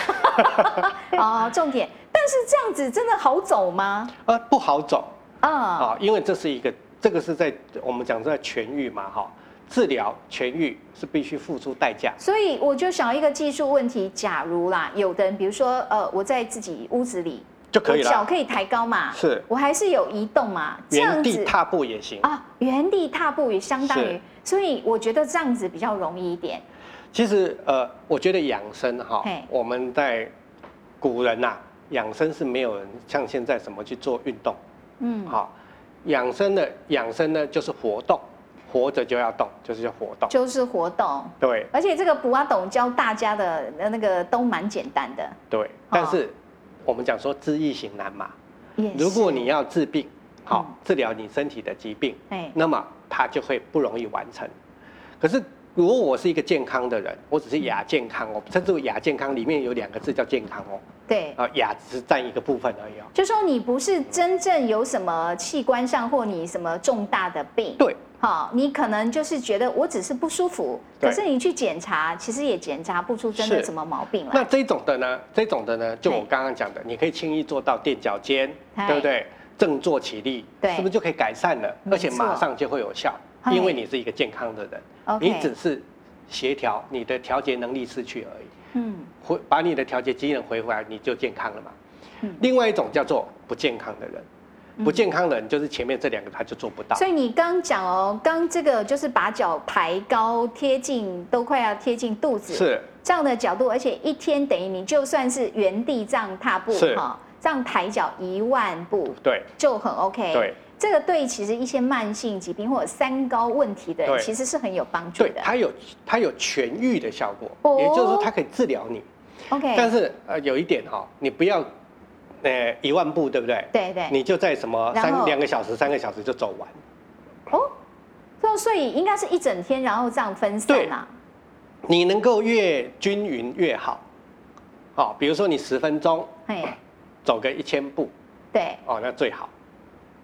[SPEAKER 1] 哦，重点。但是这样子真的好走吗？
[SPEAKER 3] 啊不好走
[SPEAKER 1] 啊、
[SPEAKER 3] 啊，因为这是一个，这个是在我们讲是在痊愈嘛，哈，治疗痊愈是必须付出代价。
[SPEAKER 1] 所以我就想一个技术问题，假如啦，有的人比如说呃，我在自己屋子里
[SPEAKER 3] 就可以
[SPEAKER 1] 我
[SPEAKER 3] 了
[SPEAKER 1] 脚可以抬高嘛，
[SPEAKER 3] 是
[SPEAKER 1] 我还是有移动嘛，这
[SPEAKER 3] 原
[SPEAKER 1] 样
[SPEAKER 3] 地
[SPEAKER 1] 子
[SPEAKER 3] 踏步也行。
[SPEAKER 1] 啊，原地踏步也相当于
[SPEAKER 3] 是，
[SPEAKER 1] 所以我觉得这样子比较容易一点。
[SPEAKER 3] 其实呃，我觉得养生哈
[SPEAKER 1] 嘿，
[SPEAKER 3] 我们在古人呐、养生是没有人像现在什么去做运动，
[SPEAKER 1] 嗯，
[SPEAKER 3] 好、养生的养生呢就是活动，活着就要动，就是要活动，
[SPEAKER 1] 就是活动，
[SPEAKER 3] 对
[SPEAKER 1] 而且这个卜阿董教大家的呃那个都蛮简单的，
[SPEAKER 3] 对，但是我们讲说知易行难嘛，
[SPEAKER 1] 也
[SPEAKER 3] 如
[SPEAKER 1] 是嗯
[SPEAKER 3] 果你要治病，好、治疗你身体的疾病，
[SPEAKER 1] 哎
[SPEAKER 3] 那么它就会不容易完成。可是如果我是一个健康的人，我只是亚健康哦，甚至我亚健康里面有两个字叫健康哦，
[SPEAKER 1] 对，
[SPEAKER 3] 啊，亚只是占一个部分而已哦。
[SPEAKER 1] 就说你不是真正有什么器官上或你什么重大的病，
[SPEAKER 3] 对，
[SPEAKER 1] 好，你可能就是觉得我只是不舒服，
[SPEAKER 3] 对
[SPEAKER 1] 可是你去检查，其实也检查不出真的
[SPEAKER 3] 是
[SPEAKER 1] 什么毛病
[SPEAKER 3] 那
[SPEAKER 1] 来。
[SPEAKER 3] 这种的呢？这种的呢，就
[SPEAKER 1] 嘿
[SPEAKER 3] 我刚刚讲的，你可以轻易做到垫脚尖，
[SPEAKER 1] 嗨
[SPEAKER 3] 对不对？正坐起立，
[SPEAKER 1] 对
[SPEAKER 3] 是不是就可以改善了？
[SPEAKER 1] 没
[SPEAKER 3] 而且马
[SPEAKER 1] 错
[SPEAKER 3] 上就会有效，
[SPEAKER 1] 嗨
[SPEAKER 3] 因为你是一个健康的人，
[SPEAKER 1] OK
[SPEAKER 3] 你只是协调你的调节能力失去而已。
[SPEAKER 1] 嗯，
[SPEAKER 3] 回把你的调节机能回回来，你就健康了嘛。
[SPEAKER 1] 嗯
[SPEAKER 3] 另外一种叫做不健康的人，不健康的人就是前面这两个他就做不到
[SPEAKER 1] 所。以你刚讲哦，刚这个就是把脚抬高贴近，都快要贴近肚子，
[SPEAKER 3] 是
[SPEAKER 1] 这样的角度，而且一天等于你就算是原地这样踏步
[SPEAKER 3] 是
[SPEAKER 1] 哈，这样抬脚一万步
[SPEAKER 3] 对
[SPEAKER 1] 就很 OK。
[SPEAKER 3] 对。
[SPEAKER 1] 这个对其实一些慢性疾病或者三高问题的人，
[SPEAKER 3] 对
[SPEAKER 1] 其实是很有帮助
[SPEAKER 3] 对，
[SPEAKER 1] 的。
[SPEAKER 3] 它有它有痊愈的效果，
[SPEAKER 1] 哦
[SPEAKER 3] 也就是说它可以治疗你。
[SPEAKER 1] OK，
[SPEAKER 3] 但是呃，有一点哈、你不要呃一万步，对不对？
[SPEAKER 1] 对对
[SPEAKER 3] 你就在什么
[SPEAKER 1] 然后
[SPEAKER 3] 三两个小时、三个小时就走完。
[SPEAKER 1] 哦，所以所以应该是一整天，然后这样分散
[SPEAKER 3] 对
[SPEAKER 1] 啦。
[SPEAKER 3] 你能够越均匀越好。好、比如说你十分钟
[SPEAKER 1] 哎，
[SPEAKER 3] 走个一千步，
[SPEAKER 1] 对，
[SPEAKER 3] 哦，那最好。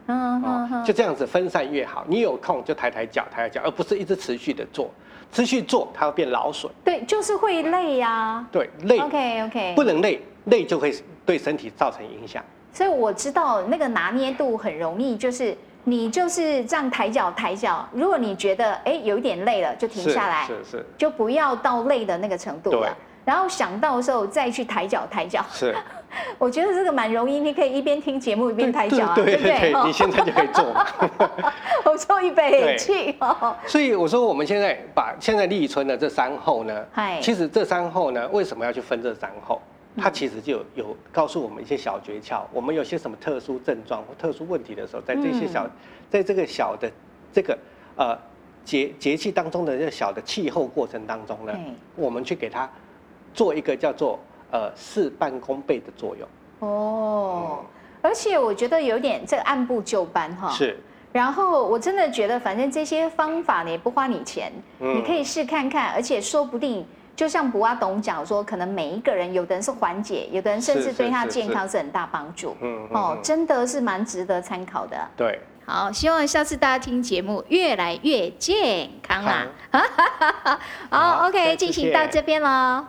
[SPEAKER 1] 嗯哼
[SPEAKER 3] 哦
[SPEAKER 1] 哼，，
[SPEAKER 3] 就这样子分散越好。你有空就抬抬脚，抬抬脚，而不是一直持续的做，持续做它会变劳损，
[SPEAKER 1] 对，就是会累呀、
[SPEAKER 3] 对，累
[SPEAKER 1] OK OK，
[SPEAKER 3] 不能累，累就会对身体造成影响。
[SPEAKER 1] 所以我知道那个拿捏度很容易，就是你就是这样抬脚抬脚，如果你觉得哎有一点累了，就停
[SPEAKER 3] 是
[SPEAKER 1] 下来，
[SPEAKER 3] 是是
[SPEAKER 1] 就不要到累的那个程度
[SPEAKER 3] 对
[SPEAKER 1] 了。然后想到的时候再去抬脚抬脚，
[SPEAKER 3] 是，
[SPEAKER 1] 我觉得这个蛮容易，你可以一边听节目一边抬脚啊，
[SPEAKER 3] 对
[SPEAKER 1] 不对？
[SPEAKER 3] 对，你
[SPEAKER 1] 哦
[SPEAKER 3] 现在就可以做。
[SPEAKER 1] 我做一杯气哦，
[SPEAKER 3] 所以我说，我们现在把现在立春的这三候呢
[SPEAKER 1] 嗨，嗯
[SPEAKER 3] 其实这三候呢，为什么要去分这三候？它其实就有有告诉我们一些小诀窍，我们有些什么特殊症状或特殊问题的时候，在这些
[SPEAKER 1] 嗯
[SPEAKER 3] 小，在这个小的这个呃节节气当中的这个小的气候过程当中呢
[SPEAKER 1] 嗯，
[SPEAKER 3] 我们去给它做一个叫做呃事半功倍的作用，
[SPEAKER 1] 哦，而且我觉得有点这个按部就班哈、。
[SPEAKER 3] 是
[SPEAKER 1] 然后我真的觉得，反正这些方法呢也不花你钱，
[SPEAKER 3] 嗯
[SPEAKER 1] 你可以试看看，而且说不定就像博阿董讲说，可能每一个人，有的人是缓解，有的人甚
[SPEAKER 3] 是
[SPEAKER 1] 至
[SPEAKER 3] 是
[SPEAKER 1] 对他
[SPEAKER 3] 是
[SPEAKER 1] 健
[SPEAKER 3] 是
[SPEAKER 1] 康是很大帮助。
[SPEAKER 3] 嗯嗯
[SPEAKER 1] 哦
[SPEAKER 3] 嗯，
[SPEAKER 1] 真的是蛮值得参考的。
[SPEAKER 3] 对。
[SPEAKER 1] 好，希望下次大家听节目越来越健康啦。好哦
[SPEAKER 3] 好
[SPEAKER 1] ，OK，
[SPEAKER 3] 下次
[SPEAKER 1] 进行到
[SPEAKER 3] 见
[SPEAKER 1] 这边喽。